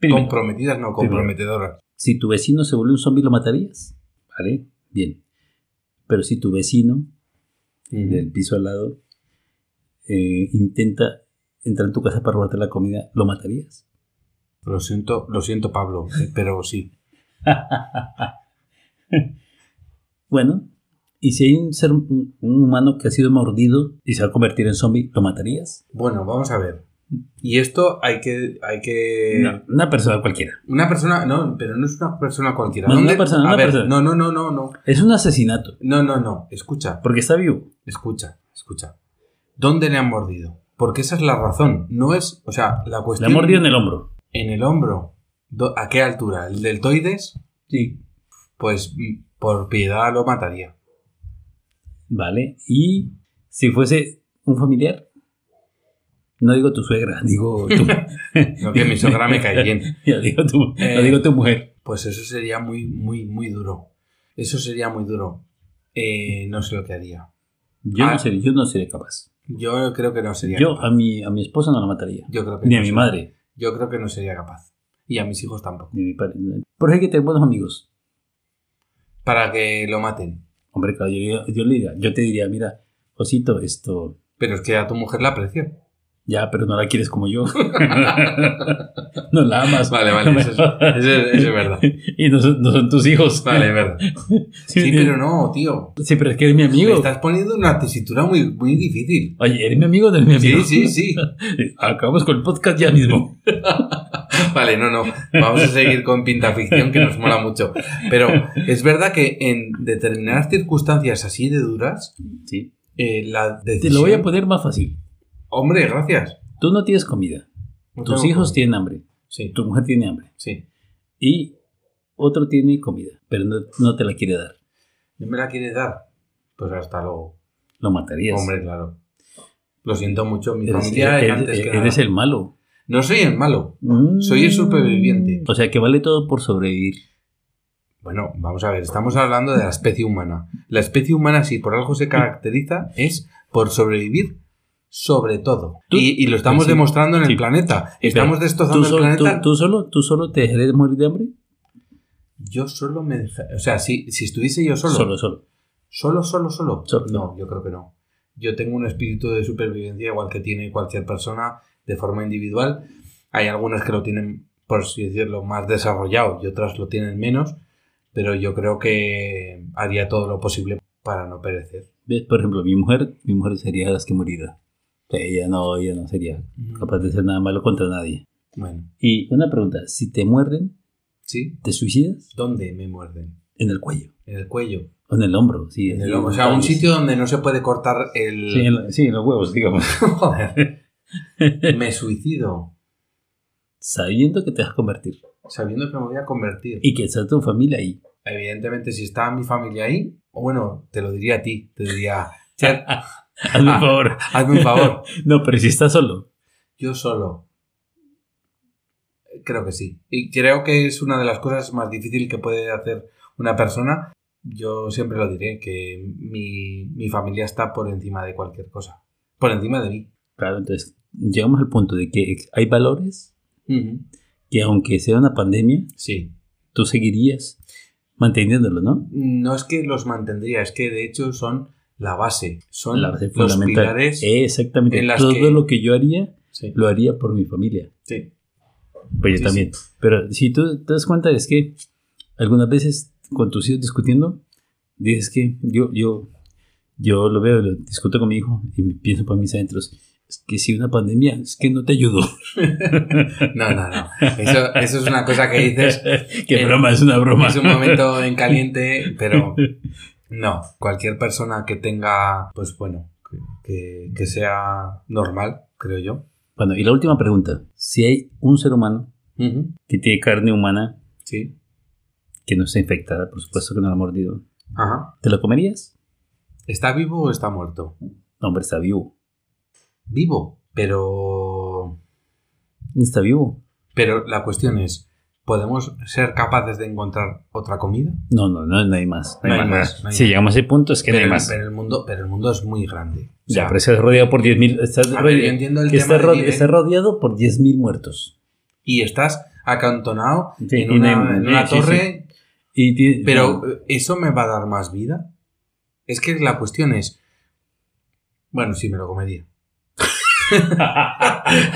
[SPEAKER 3] Primero,
[SPEAKER 4] Comprometidas, no
[SPEAKER 3] Primero.
[SPEAKER 4] comprometedoras.
[SPEAKER 3] si tu vecino se vuelve un zombie, ¿lo matarías? Vale, bien. Pero si tu vecino del piso al lado eh, intenta entrar en tu casa para robarte la comida, ¿lo matarías?
[SPEAKER 4] Lo siento, lo siento, Pablo, eh, pero sí.
[SPEAKER 3] Bueno, y si hay un ser un un humano que ha sido mordido y se va a convertir en zombie, ¿lo matarías?
[SPEAKER 4] Bueno, vamos a ver. Y esto hay que. Hay que...
[SPEAKER 3] No, una persona cualquiera.
[SPEAKER 4] Una persona. No, pero no es una persona cualquiera.
[SPEAKER 3] No, una
[SPEAKER 4] ¿Dónde-
[SPEAKER 3] persona,
[SPEAKER 4] a
[SPEAKER 3] una
[SPEAKER 4] ver,
[SPEAKER 3] persona.
[SPEAKER 4] No, no, no, no, no.
[SPEAKER 3] Es un asesinato,
[SPEAKER 4] No, no, no. Escucha,
[SPEAKER 3] porque está vivo.
[SPEAKER 4] escucha, escucha. ¿Dónde le han mordido? Porque esa es la razón. No es. O sea, la
[SPEAKER 3] Le
[SPEAKER 4] cuestión.
[SPEAKER 3] ha mordido en el hombro.
[SPEAKER 4] en el hombro. Do- ¿A qué altura? ¿El deltoides?
[SPEAKER 3] Sí.
[SPEAKER 4] Pues mm, por piedad lo mataría.
[SPEAKER 3] Vale, y si fuese un familiar, no digo tu suegra, digo
[SPEAKER 4] *laughs*
[SPEAKER 3] tu...
[SPEAKER 4] No, que mi sogra me cae bien.
[SPEAKER 3] *laughs* Ya digo tu, ya
[SPEAKER 4] Eh.
[SPEAKER 3] digo tu mujer.
[SPEAKER 4] Pues eso sería muy, muy, muy duro. Eso sería muy duro. Eh, no sé lo que haría.
[SPEAKER 3] Yo,
[SPEAKER 4] Ah.
[SPEAKER 3] no sería, yo no sería capaz.
[SPEAKER 4] Yo creo que no sería
[SPEAKER 3] Yo
[SPEAKER 4] capaz.
[SPEAKER 3] a mi, a mi esposa no la mataría.
[SPEAKER 4] Yo creo que
[SPEAKER 3] Ni
[SPEAKER 4] no
[SPEAKER 3] a mi
[SPEAKER 4] sería-
[SPEAKER 3] madre,
[SPEAKER 4] Yo creo que no sería capaz. Y a mis hijos tampoco.
[SPEAKER 3] ni a mi padre. Pero hay que tener buenos amigos.
[SPEAKER 4] Para que lo maten.
[SPEAKER 3] Hombre, claro, yo, yo le diría, yo te diría, mira, Osito, esto,
[SPEAKER 4] Pero es que a tu mujer la aprecio.
[SPEAKER 3] ya, pero no la quieres como yo. *laughs* no la amas.
[SPEAKER 4] Vale, vale, eso es, eso es- eso es verdad.
[SPEAKER 3] *laughs* y no son, no son tus hijos.
[SPEAKER 4] Vale, es verdad.
[SPEAKER 3] *laughs* Sí,
[SPEAKER 4] Sí, pero no, tío.
[SPEAKER 3] Sí, pero es que eres mi
[SPEAKER 4] Me
[SPEAKER 3] amigo.
[SPEAKER 4] estás poniendo una tesitura muy, muy difícil.
[SPEAKER 3] Oye, ¿eres mi amigo o no eres mi amigo?
[SPEAKER 4] Sí, sí, sí.
[SPEAKER 3] *laughs* Acabamos con el podcast ya mismo.
[SPEAKER 4] Vale, no, no. Vamos a seguir con pinta ficción que nos mola mucho. Pero es verdad que en determinadas circunstancias así de duras,
[SPEAKER 3] Sí.
[SPEAKER 4] eh, la
[SPEAKER 3] Te
[SPEAKER 4] decisión.
[SPEAKER 3] lo voy a poner más fácil.
[SPEAKER 4] Hombre, gracias.
[SPEAKER 3] Tú no tienes comida.
[SPEAKER 4] No
[SPEAKER 3] Tus
[SPEAKER 4] tengo
[SPEAKER 3] hijos
[SPEAKER 4] problema.
[SPEAKER 3] tienen hambre.
[SPEAKER 4] Sí,
[SPEAKER 3] Tu mujer tiene hambre.
[SPEAKER 4] sí.
[SPEAKER 3] Y otro tiene comida, pero no, no te la quiere dar.
[SPEAKER 4] ¿No me la quieres dar? Pues hasta luego.
[SPEAKER 3] Lo matarías.
[SPEAKER 4] Hombre, claro. Lo siento mucho, mi
[SPEAKER 3] eres,
[SPEAKER 4] familia
[SPEAKER 3] eres-
[SPEAKER 4] antes que
[SPEAKER 3] eres
[SPEAKER 4] nada.
[SPEAKER 3] el malo.
[SPEAKER 4] No soy el malo.
[SPEAKER 3] Mm.
[SPEAKER 4] Soy el superviviente.
[SPEAKER 3] O sea que vale todo por sobrevivir.
[SPEAKER 4] Bueno, vamos a ver, estamos hablando de la especie humana. La especie humana, si por algo se caracteriza, es por sobrevivir sobre todo.
[SPEAKER 3] Tú-
[SPEAKER 4] y, y lo estamos
[SPEAKER 3] sí,
[SPEAKER 4] demostrando en el
[SPEAKER 3] sí.
[SPEAKER 4] planeta. Estamos
[SPEAKER 3] ¿Tú,
[SPEAKER 4] destrozando el
[SPEAKER 3] solo-
[SPEAKER 4] planeta.
[SPEAKER 3] tú- tú solo, ¿Tú solo te dejarías morir de hambre?
[SPEAKER 4] Yo solo me deja- O sea, si, si estuviese yo solo,
[SPEAKER 3] solo.
[SPEAKER 4] solo. Solo, solo,
[SPEAKER 3] Solo.
[SPEAKER 4] No, yo creo que no. Yo tengo un espíritu de supervivencia igual que tiene cualquier persona de forma individual. Hay algunas que lo tienen, por así decirlo, más desarrollado y otras lo tienen menos. Pero yo creo que haría todo lo posible para no perecer.
[SPEAKER 3] ¿Ves? Por ejemplo, mi mujer, mi mujer sería de las que morirá. O sea, ella no, ella no sería Mm. capaz de hacer nada malo contra nadie.
[SPEAKER 4] Bueno,
[SPEAKER 3] Y una pregunta, si te muerden,
[SPEAKER 4] ¿sí?
[SPEAKER 3] ¿te suicidas?
[SPEAKER 4] ¿Dónde me muerden?
[SPEAKER 3] En el cuello.
[SPEAKER 4] En el cuello.
[SPEAKER 3] O en el hombro, sí.
[SPEAKER 4] En
[SPEAKER 3] sí,
[SPEAKER 4] el hombro. O sea, un
[SPEAKER 3] tallos.
[SPEAKER 4] sitio donde no se puede cortar el...
[SPEAKER 3] Sí en, la- sí, en los huevos, digamos.
[SPEAKER 4] *laughs*
[SPEAKER 3] *laughs*
[SPEAKER 4] Joder. Me suicido
[SPEAKER 3] Sabiendo que te vas a convertir.
[SPEAKER 4] sabiendo que me voy a convertir.
[SPEAKER 3] Y que está tu familia ahí. *laughs*
[SPEAKER 4] Evidentemente, si está mi familia ahí, o bueno, te lo diría a ti, te diría, Cher,
[SPEAKER 3] Hazme un favor.
[SPEAKER 4] hazme un favor,
[SPEAKER 3] No, pero si estás solo.
[SPEAKER 4] yo solo. eh, Creo que sí. Y creo que es una de las cosas más difíciles que puede hacer una persona. Yo siempre lo diré, que mi, mi familia está por encima de cualquier cosa, por encima de mí.
[SPEAKER 3] Claro, entonces llegamos al punto de que hay valores
[SPEAKER 4] Ujú.
[SPEAKER 3] que aunque sea una pandemia,
[SPEAKER 4] Sí.
[SPEAKER 3] tú seguirías manteniéndolo, ¿no?
[SPEAKER 4] No es que los mantendría, es que de hecho son la base, son
[SPEAKER 3] La base
[SPEAKER 4] los
[SPEAKER 3] fundamental.
[SPEAKER 4] pilares.
[SPEAKER 3] Exactamente.
[SPEAKER 4] en las
[SPEAKER 3] Todo
[SPEAKER 4] que-
[SPEAKER 3] lo que yo haría,
[SPEAKER 4] Sí,
[SPEAKER 3] lo haría por mi familia.
[SPEAKER 4] sí.
[SPEAKER 3] Pues yo
[SPEAKER 4] Sí,
[SPEAKER 3] también. Pero si tú te das cuenta es que algunas veces con tus hijos discutiendo, Dices que yo, yo, yo lo veo, lo discuto con mi hijo y pienso para mis adentros. Es que si una pandemia, es que no te
[SPEAKER 4] *laughs*
[SPEAKER 3] ayudó.
[SPEAKER 4] No, no, no. Eso, eso es una cosa que
[SPEAKER 3] *laughs*
[SPEAKER 4] dices.
[SPEAKER 3] Qué
[SPEAKER 4] Eh,
[SPEAKER 3] broma, es una broma.
[SPEAKER 4] Es un momento en
[SPEAKER 3] *laughs*
[SPEAKER 4] caliente, pero no. Cualquier persona que tenga, pues bueno, que- que, que sea normal, creo yo.
[SPEAKER 3] Bueno, y la última pregunta. Si hay un ser humano
[SPEAKER 4] Ujú,
[SPEAKER 3] que tiene carne humana
[SPEAKER 4] Sí.
[SPEAKER 3] que no está infectada, por supuesto que no la ha mordido,
[SPEAKER 4] Ajá.
[SPEAKER 3] ¿te lo comerías?
[SPEAKER 4] ¿Está vivo o está muerto?
[SPEAKER 3] No, hombre, está vivo.
[SPEAKER 4] Vivo, pero.
[SPEAKER 3] Está vivo.
[SPEAKER 4] Pero la cuestión es. ¿Podemos ser capaces de encontrar otra comida?
[SPEAKER 3] No, no, no, no hay más. No hay, más.
[SPEAKER 4] no hay
[SPEAKER 3] si
[SPEAKER 4] más.
[SPEAKER 3] llegamos a ese punto, es que no
[SPEAKER 4] pero,
[SPEAKER 3] hay más.
[SPEAKER 4] pero el mundo, pero el mundo es muy grande. O
[SPEAKER 3] ya,
[SPEAKER 4] sea,
[SPEAKER 3] pero estás rodeado por 10.000. Estás,
[SPEAKER 4] a ver,
[SPEAKER 3] rode-
[SPEAKER 4] yo entiendo Ah, el
[SPEAKER 3] que
[SPEAKER 4] tema
[SPEAKER 3] estás
[SPEAKER 4] de
[SPEAKER 3] este ro-
[SPEAKER 4] vivir-
[SPEAKER 3] estás rodeado por 10.000 muertos.
[SPEAKER 4] y estás acantonado
[SPEAKER 3] Sí,
[SPEAKER 4] en
[SPEAKER 3] y no
[SPEAKER 4] una,
[SPEAKER 3] hay-
[SPEAKER 4] en una
[SPEAKER 3] sí, sí,
[SPEAKER 4] torre.
[SPEAKER 3] Y tiene-
[SPEAKER 4] Pero ¿eso me va a dar más vida? Es que la cuestión es. Bueno, sí, me lo comería.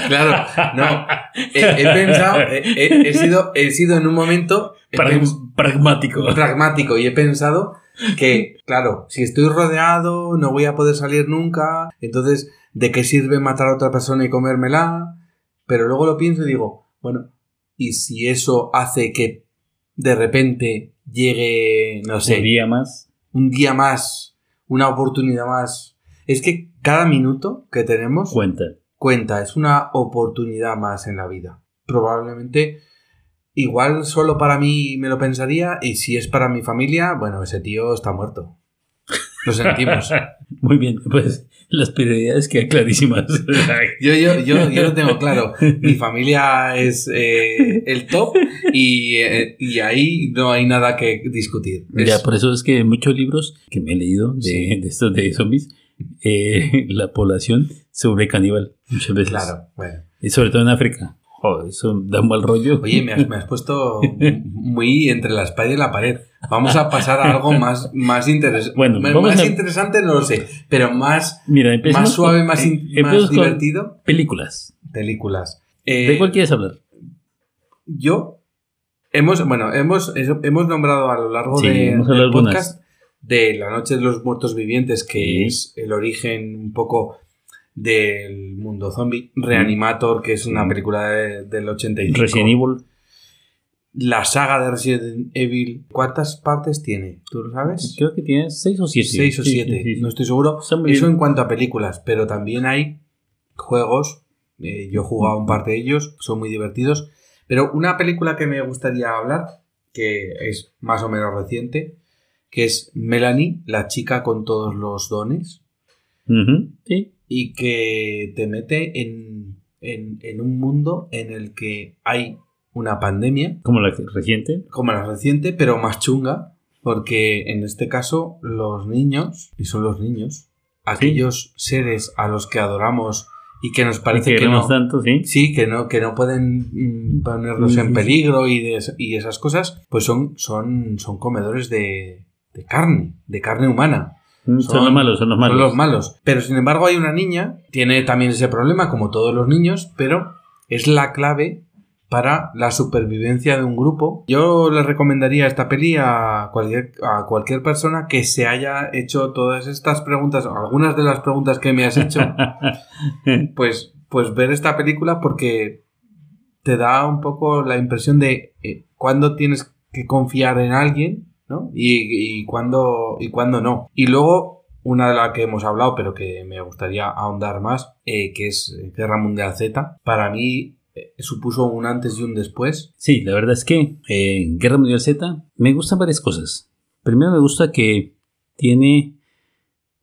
[SPEAKER 4] Claro,
[SPEAKER 3] *laughs*
[SPEAKER 4] *laughs* no. He, he pensado, he, he- he sido, he sido en un momento he pens-
[SPEAKER 3] Prag- pragmático.
[SPEAKER 4] pragmático y he pensado que, claro, si estoy rodeado, no voy a poder salir nunca. Entonces, ¿de qué sirve matar a otra persona y comérmela? Pero luego lo pienso y digo, bueno, ¿y si eso hace que de repente llegue, no sé,
[SPEAKER 3] Un día más.
[SPEAKER 4] un día más, una oportunidad más. Es que cada minuto que tenemos
[SPEAKER 3] Cuenta.
[SPEAKER 4] cuenta, es una oportunidad más en la vida. Probablemente, igual solo para mí me lo pensaría y si es para mi familia, bueno, ese tío está muerto. Lo sentimos.
[SPEAKER 3] *laughs* Muy bien, pues las prioridades quedan
[SPEAKER 4] *laughs*
[SPEAKER 3] clarísimas.
[SPEAKER 4] Yo, yo, yo, yo lo tengo claro. Mi familia es eh, el top y, eh, y ahí no hay nada que discutir. Es-
[SPEAKER 3] Ya, pues, por eso es que en muchos libros que me he leído de,
[SPEAKER 4] Sí.
[SPEAKER 3] de estos de zombies, eh, *laughs* la población se vuelve caníbal muchas veces.
[SPEAKER 4] Claro, bueno.
[SPEAKER 3] Y sobre todo en África. Joder, eso da un mal rollo.
[SPEAKER 4] Oye, me has, me has puesto muy entre la espalda y la pared. Vamos a pasar a algo más, más, interes-
[SPEAKER 3] Bueno,
[SPEAKER 4] más
[SPEAKER 3] vamos a-
[SPEAKER 4] interesante, no lo sé, pero más,
[SPEAKER 3] Mira, empecemos
[SPEAKER 4] más suave, más, in-
[SPEAKER 3] in-
[SPEAKER 4] más
[SPEAKER 3] empecemos con
[SPEAKER 4] divertido.
[SPEAKER 3] películas.
[SPEAKER 4] Películas. Eh,
[SPEAKER 3] ¿De cuál quieres hablar?
[SPEAKER 4] Yo, hemos, bueno, hemos, es- hemos nombrado a lo largo
[SPEAKER 3] Sí,
[SPEAKER 4] de,
[SPEAKER 3] hemos hablado
[SPEAKER 4] del
[SPEAKER 3] algunas.
[SPEAKER 4] podcast de La Noche de los Muertos Vivientes, que
[SPEAKER 3] Sí.
[SPEAKER 4] es el origen un poco del mundo zombie, Reanimator, que es una
[SPEAKER 3] Mm.
[SPEAKER 4] película de- del 85.
[SPEAKER 3] Resident Evil.
[SPEAKER 4] La saga de Resident Evil, ¿cuántas partes tiene? ¿Tú lo sabes?
[SPEAKER 3] Creo que tiene seis o siete.
[SPEAKER 4] Seis o
[SPEAKER 3] Sí,
[SPEAKER 4] siete,
[SPEAKER 3] sí, sí.
[SPEAKER 4] no estoy seguro.
[SPEAKER 3] Está muy
[SPEAKER 4] Eso
[SPEAKER 3] bien.
[SPEAKER 4] en cuanto a películas, pero también hay juegos. eh, yo he jugado un par de ellos, son muy divertidos. Pero una película que me gustaría hablar, que es más o menos reciente, que es Melanie, la chica con todos los dones,
[SPEAKER 3] Ujú, sí.
[SPEAKER 4] y que te mete en, en- en un mundo en el que hay una pandemia
[SPEAKER 3] Como la que- reciente.
[SPEAKER 4] como la reciente, pero más chunga, porque en este caso los niños, y son los niños, aquellos seres a los que adoramos y que nos parece
[SPEAKER 3] que
[SPEAKER 4] que, no,
[SPEAKER 3] queremos tanto, sí.
[SPEAKER 4] sí, que no, que no pueden mm, ponernos
[SPEAKER 3] Sí,
[SPEAKER 4] en
[SPEAKER 3] sí.
[SPEAKER 4] peligro y, des- y esas cosas, pues son, son, son comedores de, de carne, de carne humana.
[SPEAKER 3] Mm, Son,
[SPEAKER 4] Son-
[SPEAKER 3] los malos, son los malos.
[SPEAKER 4] Son los malos. Pero sin embargo hay una niña, tiene también ese problema como todos los niños, pero es la clave para la supervivencia de un grupo. Yo le recomendaría esta peli a cualquier, a cualquier persona que se haya hecho todas estas preguntas, o algunas de las preguntas que me has hecho,
[SPEAKER 3] *laughs*
[SPEAKER 4] pues, pues ver esta película porque te da un poco la impresión de eh, cuándo tienes que confiar en alguien, ¿no? Y, y cuándo y cuándo no. Y luego, una de la que hemos hablado, pero que me gustaría ahondar más, eh, que es Guerra Mundial Z, para mí eh, supuso un antes y un después.
[SPEAKER 3] Sí, la verdad es que eh, Guerra Mundial Z me gustan varias cosas. Primero me gusta que tiene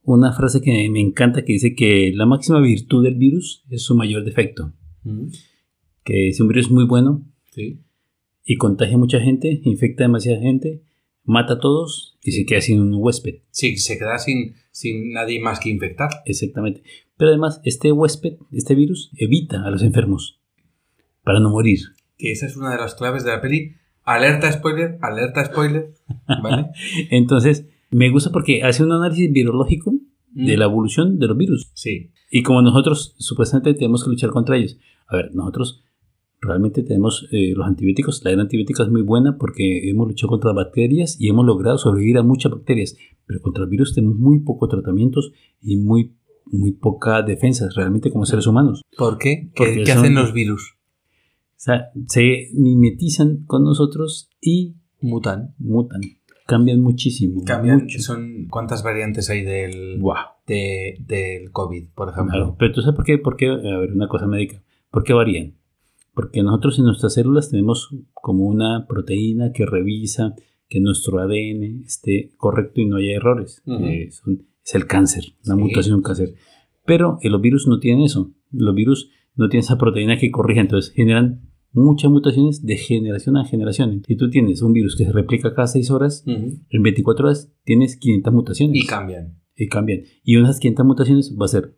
[SPEAKER 3] una frase que me encanta que dice que la máxima virtud del virus es su mayor defecto. Que si un virus es muy bueno
[SPEAKER 4] Sí.
[SPEAKER 3] y contagia a mucha gente, infecta a demasiada gente, mata a todos y se queda sin un huésped.
[SPEAKER 4] Sí, se queda sin, sin nadie más que infectar.
[SPEAKER 3] Exactamente. Pero además, este huésped, este virus, evita a los enfermos para no morir.
[SPEAKER 4] Que esa es una de las claves de la peli. Alerta spoiler, alerta spoiler. ¿Vale?
[SPEAKER 3] Entonces, me gusta porque hace un análisis virológico *laughs* de la evolución de los virus.
[SPEAKER 4] Sí.
[SPEAKER 3] Y como nosotros supuestamente tenemos que luchar contra ellos. A ver, nosotros Realmente tenemos eh, los antibióticos, la era antibiótica es muy buena porque hemos luchado contra bacterias y hemos logrado sobrevivir a muchas bacterias, pero contra el virus tenemos muy pocos tratamientos y muy, muy pocas defensas realmente como seres humanos.
[SPEAKER 4] ¿Por qué? ¿Qué,
[SPEAKER 3] Porque
[SPEAKER 4] qué
[SPEAKER 3] son-
[SPEAKER 4] hacen los virus?
[SPEAKER 3] O sea, se mimetizan con nosotros y
[SPEAKER 4] Mutan.
[SPEAKER 3] mutan, cambian muchísimo.
[SPEAKER 4] Cambian.
[SPEAKER 3] mucho.
[SPEAKER 4] Son, ¿Cuántas variantes hay del,
[SPEAKER 3] Guau.
[SPEAKER 4] de- del COVID, por ejemplo?
[SPEAKER 3] Claro, pero tú sabes por qué, por qué, a ver, una cosa médica, ¿por qué varían? Porque nosotros en nuestras células tenemos como una proteína que revisa que nuestro ADN esté correcto y no haya errores.
[SPEAKER 4] Ujú.
[SPEAKER 3] que son- es el cáncer, la
[SPEAKER 4] Sí.
[SPEAKER 3] mutación de un cáncer. Pero eh, los virus no tienen eso. Los virus no tienen esa proteína que corrige, entonces generan muchas mutaciones de generación a generación. Si tú tienes un virus que se replica cada 6 horas,
[SPEAKER 4] Ujú.
[SPEAKER 3] en 24 horas tienes 500 mutaciones
[SPEAKER 4] Y cambian.
[SPEAKER 3] y cambian. Y unas 500 mutaciones va a ser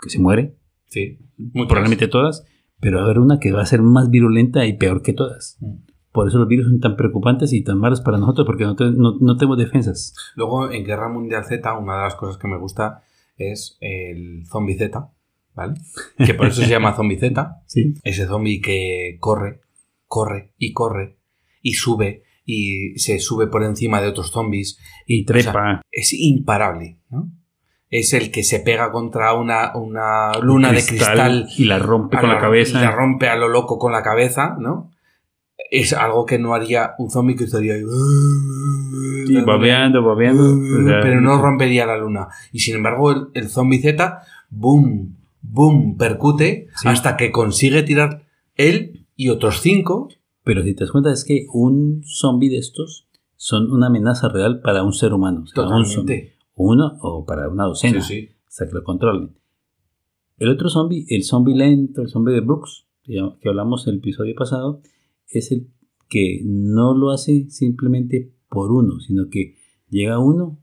[SPEAKER 3] que se muere,
[SPEAKER 4] Sí. Muchas.
[SPEAKER 3] probablemente todas, pero va a haber una que va a ser más virulenta y peor que todas.
[SPEAKER 4] Mm.
[SPEAKER 3] Por eso los virus son tan preocupantes y tan malos para nosotros, porque no, te- no- no tenemos defensas.
[SPEAKER 4] Luego, en Guerra Mundial Z, una de las cosas que me gusta es el zombie Z, *laughs* ¿vale? Que por eso se llama zombie Z.
[SPEAKER 3] Sí.
[SPEAKER 4] Ese zombie que corre, corre y corre y sube y se sube por encima de otros zombies.
[SPEAKER 3] Y
[SPEAKER 4] O sea,
[SPEAKER 3] trepa.
[SPEAKER 4] es imparable, ¿no? Es el que se pega contra una, una luna de cristal
[SPEAKER 3] y la rompe
[SPEAKER 4] a
[SPEAKER 3] con la, cabeza.
[SPEAKER 4] y la rompe a lo loco con la cabeza, ¿no? Es algo que no haría un zombie que estaría ahí,
[SPEAKER 3] y babeando, babeando. o sea,
[SPEAKER 4] Uh, *laughs* pero no rompería la luna. Y sin embargo, el, el zombie Z, boom, boom, percute
[SPEAKER 3] Sí.
[SPEAKER 4] hasta que consigue tirar él y otros
[SPEAKER 3] Ah,
[SPEAKER 4] cinco.
[SPEAKER 3] Pero si te das cuenta es que un zombie de estos son una amenaza real para un ser humano. O sea, un zombie.
[SPEAKER 4] Totalmente.
[SPEAKER 3] Uno o para una
[SPEAKER 4] Sí,
[SPEAKER 3] docena.
[SPEAKER 4] sí.
[SPEAKER 3] hasta que lo controlen. El otro zombie, el zombie lento, el zombie de Brooks, que ya- que hablamos en el episodio pasado, es el que no lo hace simplemente por uno, sino que llega uno,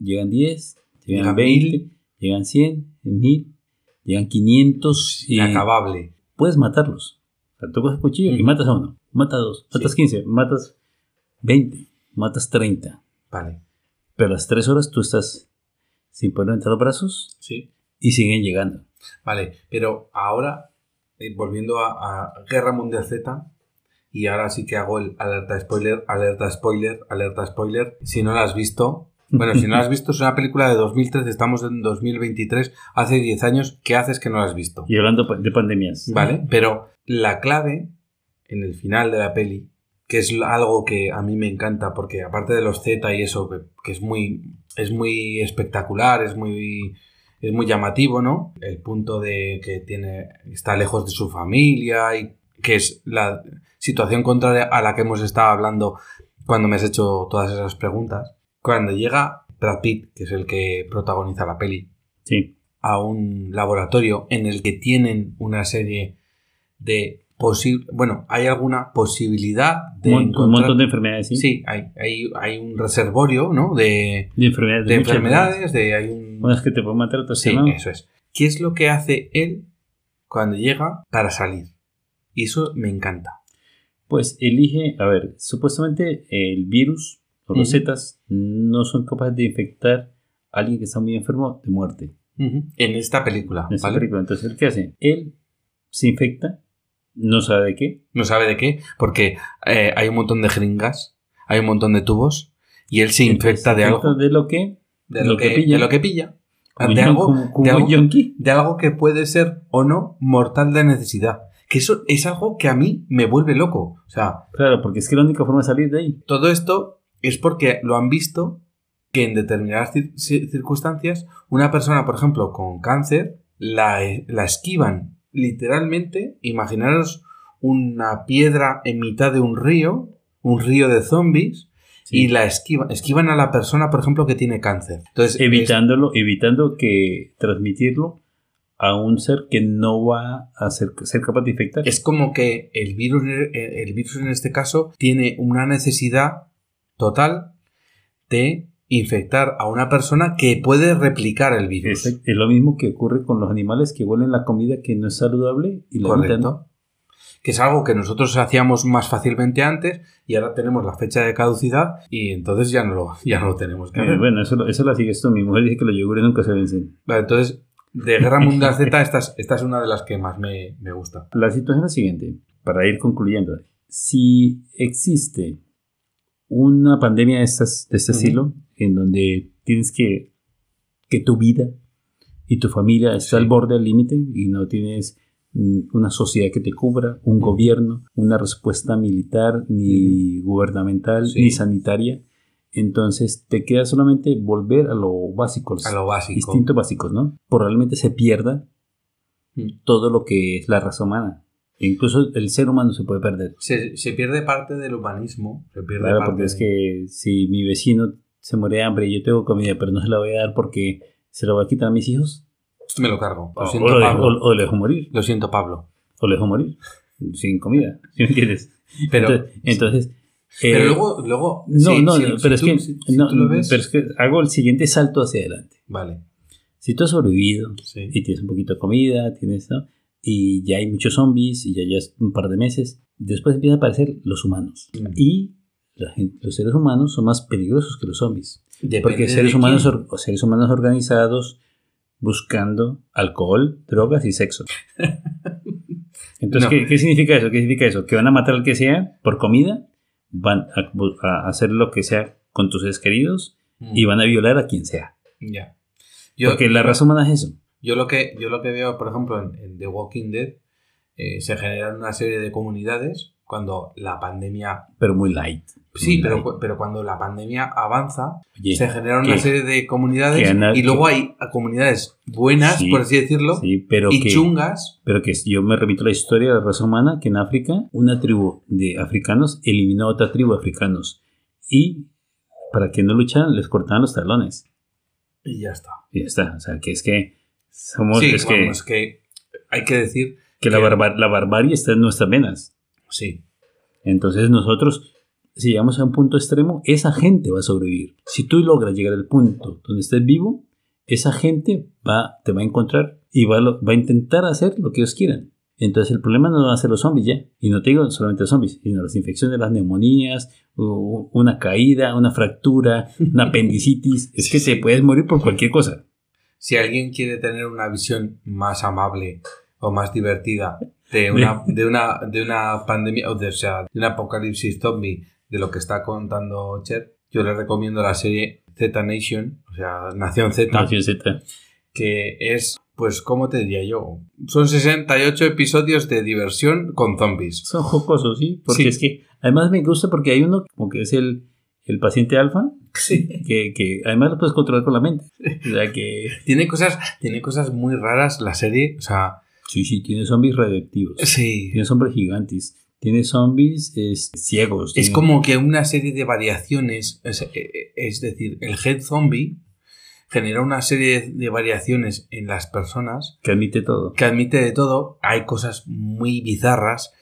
[SPEAKER 3] llegan 10,
[SPEAKER 4] Llega
[SPEAKER 3] llegan 20, llegan 100, 1000, llegan 500 y
[SPEAKER 4] Inacabable.
[SPEAKER 3] puedes matarlos. O sea, tú coges cuchillo y
[SPEAKER 4] Mm.
[SPEAKER 3] matas a uno, matas a dos, matas
[SPEAKER 4] Sí.
[SPEAKER 3] 15, matas 20, matas 30.
[SPEAKER 4] Vale.
[SPEAKER 3] Pero a las 3 horas tú estás sin poder levantar los brazos
[SPEAKER 4] Sí.
[SPEAKER 3] y siguen llegando.
[SPEAKER 4] Vale. Pero ahora, eh, volviendo a, a Guerra Mundial Z, y ahora sí que hago el alerta spoiler, alerta spoiler, alerta spoiler. Si no la has visto, bueno, si no la has visto, es una película de 2013, estamos en 2023, hace 10 años, ¿qué haces que no la has visto?
[SPEAKER 3] *laughs* Y hablando pa- de pandemias.
[SPEAKER 4] ¿Vale? Pero la clave en el final de la peli, que es algo que a mí me encanta, porque aparte de los Z y eso, que, que es muy. es muy espectacular, es muy. es muy llamativo, ¿no? El punto de que tiene. está lejos de su familia y que es la situación contraria a la que hemos estado hablando cuando me has hecho todas esas preguntas. Cuando llega Brad Pitt, que es el que protagoniza la peli,
[SPEAKER 3] Sí.
[SPEAKER 4] a un laboratorio en el que tienen una serie de posible bueno hay alguna posibilidad de
[SPEAKER 3] Un mon- un
[SPEAKER 4] encontrar-
[SPEAKER 3] montón de enfermedades, sí.
[SPEAKER 4] sí, hay, hay, hay un reservorio no de,
[SPEAKER 3] De enfermedades.
[SPEAKER 4] de
[SPEAKER 3] muchas
[SPEAKER 4] enfermedades de hay un
[SPEAKER 3] Unas que te pueden matar, otras
[SPEAKER 4] sí
[SPEAKER 3] que no.
[SPEAKER 4] eso es qué es lo que hace él cuando llega para salir y eso me encanta
[SPEAKER 3] Pues elige, a ver, supuestamente el virus o los
[SPEAKER 4] Ujú.
[SPEAKER 3] zetas no son capaces de infectar a alguien que está muy enfermo de muerte.
[SPEAKER 4] en esta película
[SPEAKER 3] En esa
[SPEAKER 4] ¿vale?
[SPEAKER 3] película. Entonces, ¿qué hace? Él se infecta, no sabe de qué.
[SPEAKER 4] no sabe de qué porque eh, hay un montón de jeringas hay un montón de tubos y él se infecta de algo
[SPEAKER 3] De lo que,
[SPEAKER 4] de lo, que,
[SPEAKER 3] pilla.
[SPEAKER 4] de lo que pilla
[SPEAKER 3] como
[SPEAKER 4] de
[SPEAKER 3] yo-
[SPEAKER 4] algo,
[SPEAKER 3] como- como
[SPEAKER 4] de algo-
[SPEAKER 3] un yonki.
[SPEAKER 4] de algo que puede ser o no mortal de necesidad. Que eso es algo que a mí me vuelve loco. O sea,
[SPEAKER 3] Claro, porque es que la única forma de salir de ahí.
[SPEAKER 4] todo esto es porque lo han visto que en determinadas cir- ci- circunstancias una persona, por ejemplo, con cáncer, la, e- la esquivan literalmente. Imaginaros una piedra en mitad de un río, un río de zombies,
[SPEAKER 3] Sí.
[SPEAKER 4] y la esquivan. Esquivan a la persona, por ejemplo, que tiene cáncer. Entonces, es-
[SPEAKER 3] evitándolo, evitando que transmitirlo a un ser que no va a ser, ser capaz de infectar.
[SPEAKER 4] Es como que el virus, eh, el virus en este caso tiene una necesidad total de infectar a una persona que puede replicar el virus.
[SPEAKER 3] Es- es lo mismo que ocurre con los animales que huelen la comida que no es saludable y la evitan.
[SPEAKER 4] Correcto. Que es algo que nosotros hacíamos más fácilmente antes y ahora tenemos la fecha de caducidad y entonces ya no lo, *laughs* ya no lo tenemos que
[SPEAKER 3] Eh,
[SPEAKER 4] hacer.
[SPEAKER 3] bueno, eso, lo- eso la sigue esto. Mi mujer dice que los yogures nunca se vencen.
[SPEAKER 4] Vale, entonces, de Guerra Mundial Z, esta es, esta es una de las que más me, me gusta.
[SPEAKER 3] La situación es la siguiente. para ir concluyendo, si existe una pandemia de, estas, de este
[SPEAKER 4] Ujú.
[SPEAKER 3] estilo, en donde tienes que que tu vida y tu familia está al borde del límite y no tienes mm, una sociedad que te cubra, un gobierno, una respuesta militar, ni gubernamental,
[SPEAKER 4] Sí.
[SPEAKER 3] ni sanitaria. Entonces te queda solamente volver a lo básico, los
[SPEAKER 4] A lo básico.
[SPEAKER 3] instintos básicos, ¿no? Probablemente se pierda
[SPEAKER 4] Mm.
[SPEAKER 3] todo lo que es la raza humana. Incluso el ser humano se puede perder.
[SPEAKER 4] Se, se pierde parte del humanismo. Se pierde
[SPEAKER 3] Claro,
[SPEAKER 4] parte
[SPEAKER 3] porque es
[SPEAKER 4] de-
[SPEAKER 3] que si mi vecino se muere de hambre y yo tengo comida, pero no se la voy a dar porque se la voy a quitar a mis hijos,
[SPEAKER 4] Me lo cargo.
[SPEAKER 3] o,
[SPEAKER 4] Lo siento,
[SPEAKER 3] o lo dejo,
[SPEAKER 4] Pablo.
[SPEAKER 3] o- o lo dejo morir,
[SPEAKER 4] Lo siento, Pablo.
[SPEAKER 3] o lo dejo morir, sin
[SPEAKER 4] *laughs*
[SPEAKER 3] comida, ¿sí me entiendes?
[SPEAKER 4] Pero,
[SPEAKER 3] entonces, entonces,
[SPEAKER 4] pero
[SPEAKER 3] eh,
[SPEAKER 4] luego, luego.
[SPEAKER 3] no,
[SPEAKER 4] sí,
[SPEAKER 3] no,
[SPEAKER 4] sí,
[SPEAKER 3] no,
[SPEAKER 4] si
[SPEAKER 3] pero es
[SPEAKER 4] tú-
[SPEAKER 3] que,
[SPEAKER 4] si- si
[SPEAKER 3] no,
[SPEAKER 4] tú lo ves-
[SPEAKER 3] pero es que hago el siguiente salto hacia adelante.
[SPEAKER 4] Vale.
[SPEAKER 3] Si tú has sobrevivido
[SPEAKER 4] Sí.
[SPEAKER 3] y tienes un poquito de comida, tienes, ¿no? Y ya hay muchos zombies y ya llevas un par de meses, después empiezan a aparecer los humanos.
[SPEAKER 4] Mm.
[SPEAKER 3] Y la gente- los seres humanos son más peligrosos que los zombies.
[SPEAKER 4] Depende
[SPEAKER 3] Porque
[SPEAKER 4] de
[SPEAKER 3] seres
[SPEAKER 4] quién.
[SPEAKER 3] humanos, or- o seres humanos organizados buscando alcohol, drogas y
[SPEAKER 4] *laughs*
[SPEAKER 3] sexo. Entonces,
[SPEAKER 4] No.
[SPEAKER 3] ¿qué, qué significa eso? ¿Qué significa eso? ¿Que van a matar al que sea por comida? ¿Van a, bu- a hacer lo que sea con tus seres queridos?
[SPEAKER 4] Mm.
[SPEAKER 3] ¿Y van a violar a quien sea?
[SPEAKER 4] Ya. Yo,
[SPEAKER 3] Porque la raza humana es eso.
[SPEAKER 4] yo lo que yo lo que veo, por ejemplo, en, en The Walking Dead, eh, se generan una serie de comunidades cuando la pandemia.
[SPEAKER 3] Pero muy light.
[SPEAKER 4] Sí,
[SPEAKER 3] Muy
[SPEAKER 4] pero,
[SPEAKER 3] light.
[SPEAKER 4] cu- pero cuando la pandemia avanza,
[SPEAKER 3] Oye,
[SPEAKER 4] se generan una
[SPEAKER 3] que-
[SPEAKER 4] serie de comunidades
[SPEAKER 3] que ana-
[SPEAKER 4] y luego hay comunidades buenas,
[SPEAKER 3] Sí,
[SPEAKER 4] por así decirlo,
[SPEAKER 3] sí, pero
[SPEAKER 4] y
[SPEAKER 3] que-
[SPEAKER 4] chungas.
[SPEAKER 3] Pero que yo me remito a la historia de la raza humana, que en África una tribu de africanos eliminó a otra tribu de africanos. Y para que no lucharan, les cortaban los talones.
[SPEAKER 4] Y ya está.
[SPEAKER 3] Y ya está. O sea, que es que somos.
[SPEAKER 4] sí,
[SPEAKER 3] es que-
[SPEAKER 4] vamos, que... hay que decir,
[SPEAKER 3] que, la,
[SPEAKER 4] que-
[SPEAKER 3] barba- la barbarie está en nuestras venas.
[SPEAKER 4] sí,
[SPEAKER 3] Entonces nosotros, si llegamos a un punto extremo, esa gente va a sobrevivir. Si tú logras llegar al punto donde estés vivo, esa gente va, te va a encontrar y va, a lo- va a intentar hacer lo que ellos quieran. Entonces el problema no van a ser los zombies ya. Y no te digo solamente los zombies, sino las infecciones, las neumonías, u- una caída, una fractura, una apendicitis. Es que te puedes morir por cualquier cosa.
[SPEAKER 4] si alguien quiere tener una visión más amable o más divertida de *laughs* una, de una, de una pandemia, o, de, o sea, de un apocalipsis zombie, de lo que está contando Cher, yo le recomiendo la serie Z Nation, o sea, Nación Z,
[SPEAKER 3] Nación Z.
[SPEAKER 4] que es, pues, ¿cómo te diría yo? Son 68 episodios de diversión con zombies.
[SPEAKER 3] Son jocosos, ¿sí? Porque
[SPEAKER 4] Sí.
[SPEAKER 3] es que además me gusta porque hay uno como que es el, el paciente alfa,
[SPEAKER 4] Sí.
[SPEAKER 3] que, que además lo puedes controlar con la mente. O sea que
[SPEAKER 4] Tiene cosas, tiene cosas muy raras la serie, o sea,
[SPEAKER 3] sí, sí, tiene zombies radioactivos,
[SPEAKER 4] sí.
[SPEAKER 3] tiene zombies gigantes, tiene zombies es, ciegos.
[SPEAKER 4] Es
[SPEAKER 3] tiene-
[SPEAKER 4] como que una serie de variaciones, es, eh, es decir, el head zombie genera una serie de- de variaciones en las personas
[SPEAKER 3] que admite todo.
[SPEAKER 4] que admite de todo, hay cosas muy bizarras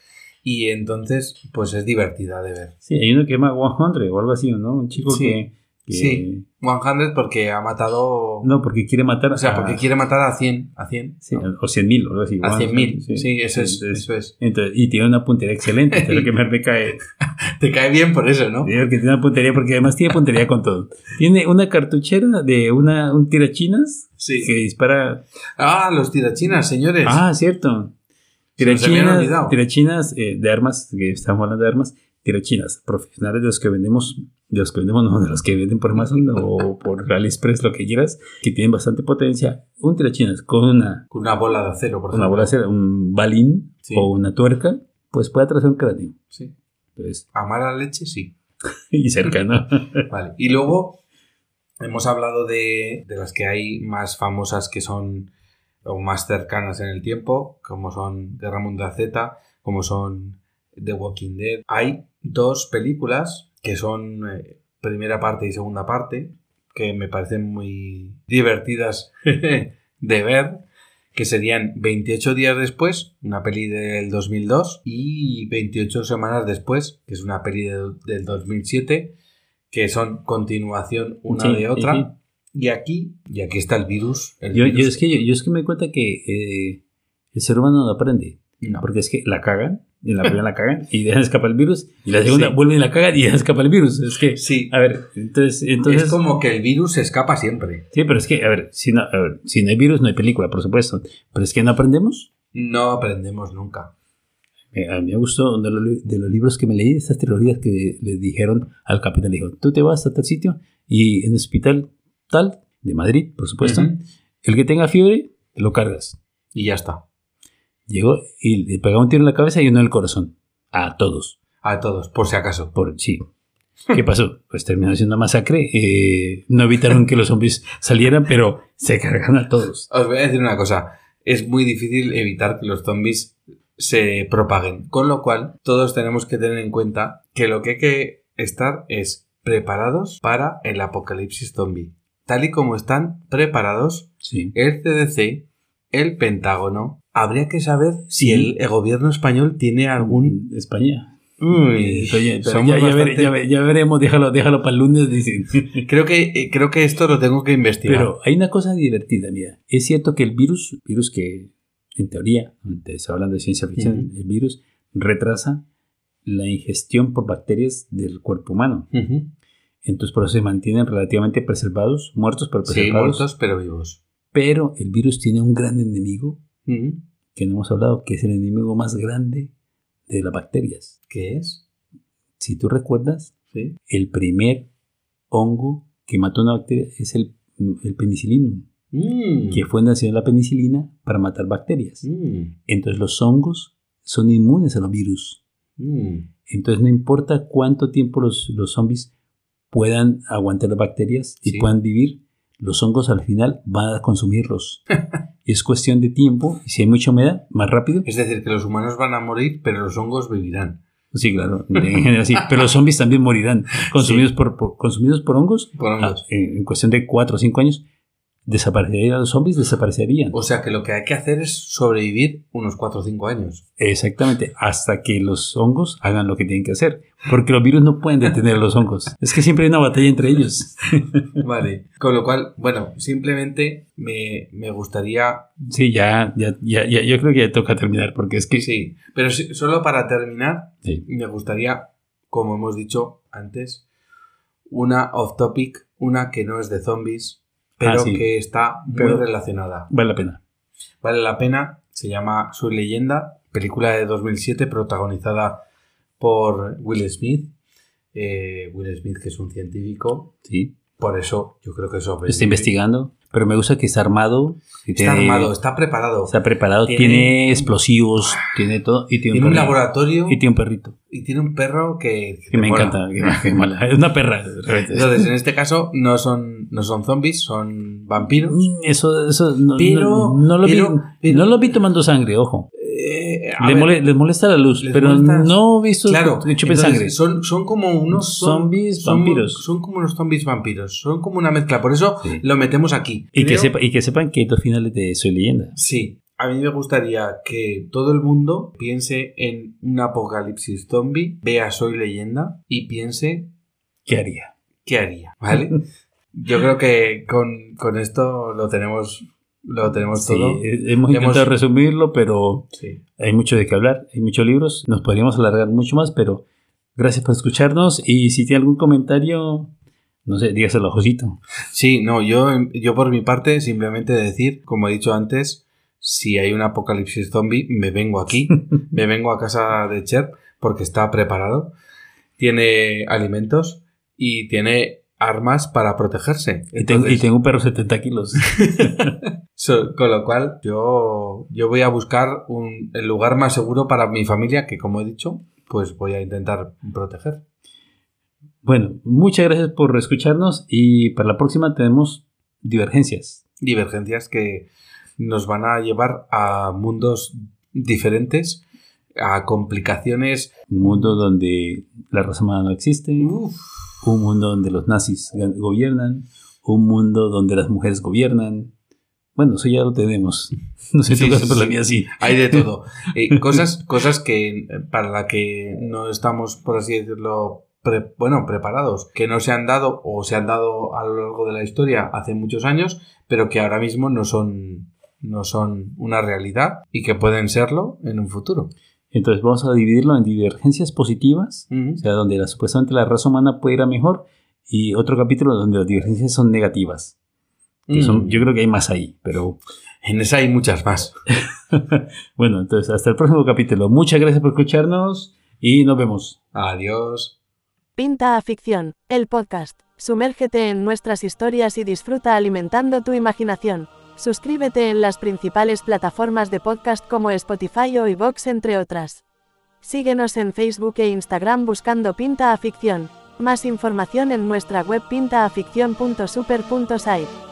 [SPEAKER 4] y entonces pues es divertida de ver.
[SPEAKER 3] Sí, hay uno que llama 100 o algo así, ¿no? Un chico
[SPEAKER 4] Sí.
[SPEAKER 3] que, que-
[SPEAKER 4] Sí. 100 porque ha matado,
[SPEAKER 3] no porque quiere matar,
[SPEAKER 4] o sea,
[SPEAKER 3] a-
[SPEAKER 4] porque quiere matar a 100, a 100,
[SPEAKER 3] sí,
[SPEAKER 4] ¿no?
[SPEAKER 3] o 100 mil o algo así.
[SPEAKER 4] a 100.000.
[SPEAKER 3] 100.000,
[SPEAKER 4] Sí, eso es,
[SPEAKER 3] Entonces-
[SPEAKER 4] eso es.
[SPEAKER 3] entonces- y tiene una puntería excelente, es lo que más me cae.
[SPEAKER 4] *laughs* Te cae bien por eso, ¿no?
[SPEAKER 3] Digo que tiene una puntería porque además tiene puntería con todo. Tiene una cartuchera de una, un tirachinas
[SPEAKER 4] Sí.
[SPEAKER 3] que dispara.
[SPEAKER 4] Ah, los tirachinas, señores.
[SPEAKER 3] Ah, cierto.
[SPEAKER 4] Se nos habían
[SPEAKER 3] Tirachinas,
[SPEAKER 4] olvidado.
[SPEAKER 3] tirachinas eh, de armas, que estamos hablando de armas, tirachinas, profesionales de los que vendemos, de los que vendemos, no, de los que venden por Amazon o por AliExpress, lo que quieras, que tienen bastante potencia. Un tirachinas con una,
[SPEAKER 4] Con una bola de acero, por
[SPEAKER 3] una
[SPEAKER 4] ejemplo.
[SPEAKER 3] bola de acero, un balín
[SPEAKER 4] Sí.
[SPEAKER 3] o una tuerca, pues puede atravesar un cráneo.
[SPEAKER 4] Sí.
[SPEAKER 3] Entonces,
[SPEAKER 4] A mala leche, sí.
[SPEAKER 3] *laughs* y cerca,
[SPEAKER 4] *laughs*
[SPEAKER 3] ¿no?
[SPEAKER 4] Vale. Y luego hemos hablado de, de las que hay más famosas que son o más cercanas en el tiempo, como son Guerra Mundial Z, como son The Walking Dead. Hay dos películas que son eh, primera parte y segunda parte, que me parecen muy divertidas *laughs* de ver, que serían 28 días después, una peli del 2002, y 28 semanas después, que es una peli de- del 2007, que son continuación una
[SPEAKER 3] Sí, sí,
[SPEAKER 4] de otra.
[SPEAKER 3] sí.
[SPEAKER 4] Y aquí, y aquí está el virus. el
[SPEAKER 3] Yo, yo
[SPEAKER 4] virus.
[SPEAKER 3] es que, yo, yo es que me doy cuenta que eh, el ser humano no aprende.
[SPEAKER 4] No.
[SPEAKER 3] Porque es que la cagan, en la primera la cagan y dejan escapar el virus. Y la segunda
[SPEAKER 4] Sí.
[SPEAKER 3] vuelven y la cagan y dejan escapar el virus. Es que,
[SPEAKER 4] Sí,
[SPEAKER 3] a ver, entonces... entonces
[SPEAKER 4] es como que el virus se escapa siempre.
[SPEAKER 3] Sí, pero es que, a ver, si no, a ver, si no hay virus no hay película, por supuesto. Pero es que no aprendemos.
[SPEAKER 4] No aprendemos nunca.
[SPEAKER 3] Me eh, a mí me gustó uno de los, li- de los libros que me leí, estas trilogías que le dijeron al capitán, le dijo, tú te vas a tal sitio y en el hospital tal, de Madrid, por supuesto,
[SPEAKER 4] Ujú.
[SPEAKER 3] el que tenga fiebre, te lo cargas.
[SPEAKER 4] Y ya está.
[SPEAKER 3] Llegó y le pegaba un tiro en la cabeza y uno en el corazón. A todos.
[SPEAKER 4] A todos, por si acaso.
[SPEAKER 3] Por sí.
[SPEAKER 4] *laughs*
[SPEAKER 3] ¿Qué pasó? Pues terminó siendo una masacre. eh, no evitaron que los zombies salieran, pero se cargaron a todos.
[SPEAKER 4] Os voy a decir una cosa. Es muy difícil evitar que los zombies se propaguen. Con lo cual, todos tenemos que tener en cuenta que lo que hay que estar es preparados para el apocalipsis zombie. Tal y como están preparados
[SPEAKER 3] Sí.
[SPEAKER 4] el CDC, el Pentágono, habría que saber si
[SPEAKER 3] Sí.
[SPEAKER 4] el, el gobierno español tiene algún...
[SPEAKER 3] España. Oye,
[SPEAKER 4] Uy,
[SPEAKER 3] pero
[SPEAKER 4] Eh, somos
[SPEAKER 3] ya, ya vere-
[SPEAKER 4] bastante-
[SPEAKER 3] ya ve- ya veremos, déjalo, déjalo para el lunes, dicen. *laughs*
[SPEAKER 4] Creo que, eh, creo que esto lo tengo que investigar.
[SPEAKER 3] Pero hay una cosa divertida, mira. Es cierto que el virus, virus que en teoría, antes hablando de ciencia ficción,
[SPEAKER 4] Ujú.
[SPEAKER 3] el virus retrasa la ingestión por bacterias del cuerpo humano.
[SPEAKER 4] Ujú.
[SPEAKER 3] Entonces por eso se mantienen relativamente preservados, muertos pero
[SPEAKER 4] Sí,
[SPEAKER 3] preservados.
[SPEAKER 4] muertos pero vivos.
[SPEAKER 3] Pero el virus tiene un gran enemigo
[SPEAKER 4] Ujú.
[SPEAKER 3] que no hemos hablado, que es el enemigo más grande de las bacterias.
[SPEAKER 4] ¿Qué es?
[SPEAKER 3] Si tú recuerdas,
[SPEAKER 4] Sí.
[SPEAKER 3] el primer hongo que mató una bacteria es el, el penicilino,
[SPEAKER 4] Mm.
[SPEAKER 3] que fue nacido la penicilina para matar bacterias.
[SPEAKER 4] Mm,
[SPEAKER 3] Entonces los hongos son inmunes a los virus.
[SPEAKER 4] mm.
[SPEAKER 3] Entonces no importa cuánto tiempo los, los zombies puedan aguantar las bacterias y
[SPEAKER 4] Sí.
[SPEAKER 3] puedan vivir, los hongos al final van a *laughs* consumirlos. y es cuestión de tiempo. y Si hay mucha humedad, más rápido.
[SPEAKER 4] Es decir, que los humanos van a morir, pero los hongos vivirán.
[SPEAKER 3] Sí, claro. En general, *laughs* sí. Pero los zombies también morirán. Consumidos, por, por- consumidos por hongos,
[SPEAKER 4] Por hongos.
[SPEAKER 3] ah, en en cuestión de 4 o 5 años, desaparecerían los zombies, desaparecerían.
[SPEAKER 4] Ah. O sea que lo que hay que hacer es sobrevivir unos 4 o 5 años.
[SPEAKER 3] Exactamente, hasta que los hongos hagan lo que tienen que
[SPEAKER 4] *laughs*
[SPEAKER 3] hacer, porque los virus no pueden detener a los hongos. Es que siempre hay una batalla entre ellos.
[SPEAKER 4] Vale. Con lo cual, bueno, simplemente me, me gustaría.
[SPEAKER 3] Sí, ya, ya, ya, ya- yo creo que ya toca terminar, porque es que...
[SPEAKER 4] Sí, pero sí- solo para terminar,
[SPEAKER 3] Sí.
[SPEAKER 4] me gustaría, como hemos dicho antes, una off topic, una que no es de zombies, pero
[SPEAKER 3] Ah, sí.
[SPEAKER 4] que está muy
[SPEAKER 3] Pero-
[SPEAKER 4] relacionada.
[SPEAKER 3] Vale la pena.
[SPEAKER 4] Vale la pena, se llama Su leyenda, película de 2007 protagonizada por Will Smith. Eh, Will Smith que es un científico,
[SPEAKER 3] Sí.
[SPEAKER 4] por eso yo creo que eso...
[SPEAKER 3] Está Pues investigando, pero me gusta que está armado. que
[SPEAKER 4] Está
[SPEAKER 3] tiene-
[SPEAKER 4] armado, está preparado.
[SPEAKER 3] Está preparado,
[SPEAKER 4] Tiene-
[SPEAKER 3] tiene, explosivos, tiene todo. Y tiene,
[SPEAKER 4] tiene un
[SPEAKER 3] perrito.
[SPEAKER 4] laboratorio
[SPEAKER 3] Y tiene un perrito,
[SPEAKER 4] y tiene un perro que... que
[SPEAKER 3] que
[SPEAKER 4] te
[SPEAKER 3] me
[SPEAKER 4] mola.
[SPEAKER 3] encanta. que me- que me mola. Es una perra. de repente.
[SPEAKER 4] *laughs* Entonces, en este caso no son, no son zombies, son vampiros.
[SPEAKER 3] Mm, Eso, eso no,
[SPEAKER 4] Pero-
[SPEAKER 3] no, no lo
[SPEAKER 4] pero-
[SPEAKER 3] vi,
[SPEAKER 4] pero-
[SPEAKER 3] no lo vi tomando sangre, ojo.
[SPEAKER 4] Eh, a
[SPEAKER 3] Le
[SPEAKER 4] ver,
[SPEAKER 3] mole- les molesta la luz,
[SPEAKER 4] les
[SPEAKER 3] pero
[SPEAKER 4] molesta-
[SPEAKER 3] no he visto
[SPEAKER 4] Claro,
[SPEAKER 3] que chupen
[SPEAKER 4] entonces,
[SPEAKER 3] sangre.
[SPEAKER 4] Son, son como unos zom-
[SPEAKER 3] Zombies
[SPEAKER 4] son-
[SPEAKER 3] vampiros.
[SPEAKER 4] Son como unos zombies vampiros. Son como una mezcla. Por eso
[SPEAKER 3] Sí.
[SPEAKER 4] lo metemos aquí.
[SPEAKER 3] Y que,
[SPEAKER 4] Creo-
[SPEAKER 3] sepa- y que sepan que hay dos finales de Soy Leyenda.
[SPEAKER 4] Sí. A mí me gustaría que todo el mundo piense en un apocalipsis zombie, vea Soy Leyenda y piense
[SPEAKER 3] ¿Qué haría?
[SPEAKER 4] qué haría,
[SPEAKER 3] *laughs*
[SPEAKER 4] ¿vale? Yo creo que con, con esto lo tenemos, lo tenemos
[SPEAKER 3] Sí,
[SPEAKER 4] todo.
[SPEAKER 3] eh, hemos intentado
[SPEAKER 4] Hemos-
[SPEAKER 3] resumirlo, pero
[SPEAKER 4] Sí.
[SPEAKER 3] hay mucho de qué hablar, hay muchos libros, nos podríamos alargar mucho más, pero gracias por escucharnos y si tiene algún comentario, no sé, dígaselo a Josito.
[SPEAKER 4] Sí, no, yo, yo por mi parte simplemente decir, como he dicho antes, si hay un apocalipsis zombie, me
[SPEAKER 3] *laughs*
[SPEAKER 4] vengo aquí, me vengo a casa de Cher porque está preparado, tiene alimentos y tiene armas para protegerse.
[SPEAKER 3] Y tengo, y
[SPEAKER 4] Entonces,
[SPEAKER 3] tengo un perro de 70 kilos.
[SPEAKER 4] so- con lo cual, yo, yo voy a buscar un, el lugar más seguro para mi familia que, como he dicho, pues voy a intentar proteger.
[SPEAKER 3] Bueno, muchas gracias por escucharnos y para la próxima tenemos divergencias.
[SPEAKER 4] divergencias que nos van a llevar a mundos diferentes, a complicaciones.
[SPEAKER 3] Un mundo donde la raza humana no existe, un
[SPEAKER 4] Uf,
[SPEAKER 3] mundo donde los nazis gan- gobiernan, un mundo donde las mujeres gobiernan. Bueno, eso ya lo tenemos. *laughs* No sé
[SPEAKER 4] Sí,
[SPEAKER 3] si tú
[SPEAKER 4] sí,
[SPEAKER 3] pero la
[SPEAKER 4] sí.
[SPEAKER 3] mía sí.
[SPEAKER 4] hay de
[SPEAKER 3] *laughs*
[SPEAKER 4] todo. Eh, cosas, cosas que eh, para la que no estamos, por así decirlo, pre- bueno, preparados, que no se han dado o se han dado a lo largo de la historia hace muchos años, pero que ahora mismo no son no son una realidad y que pueden serlo en un futuro.
[SPEAKER 3] Entonces vamos a dividirlo en divergencias positivas,
[SPEAKER 4] Ujú.
[SPEAKER 3] o sea, donde la, supuestamente la raza humana puede ir a mejor, y otro capítulo donde las divergencias son negativas. que son-
[SPEAKER 4] Mm.
[SPEAKER 3] Yo creo que hay más ahí, pero *laughs*
[SPEAKER 4] En esa hay muchas más.
[SPEAKER 3] bueno, entonces hasta el próximo capítulo. Muchas gracias por escucharnos y nos vemos.
[SPEAKER 4] Adiós.
[SPEAKER 1] Pinta a ficción, el podcast. Sumérgete en nuestras historias y disfruta alimentando tu imaginación. Suscríbete en las principales plataformas de podcast como Spotify o iVoox entre otras. Síguenos en Facebook e Instagram buscando Pinta a e. ficción. Más información en nuestra web pintaaficción.super.site.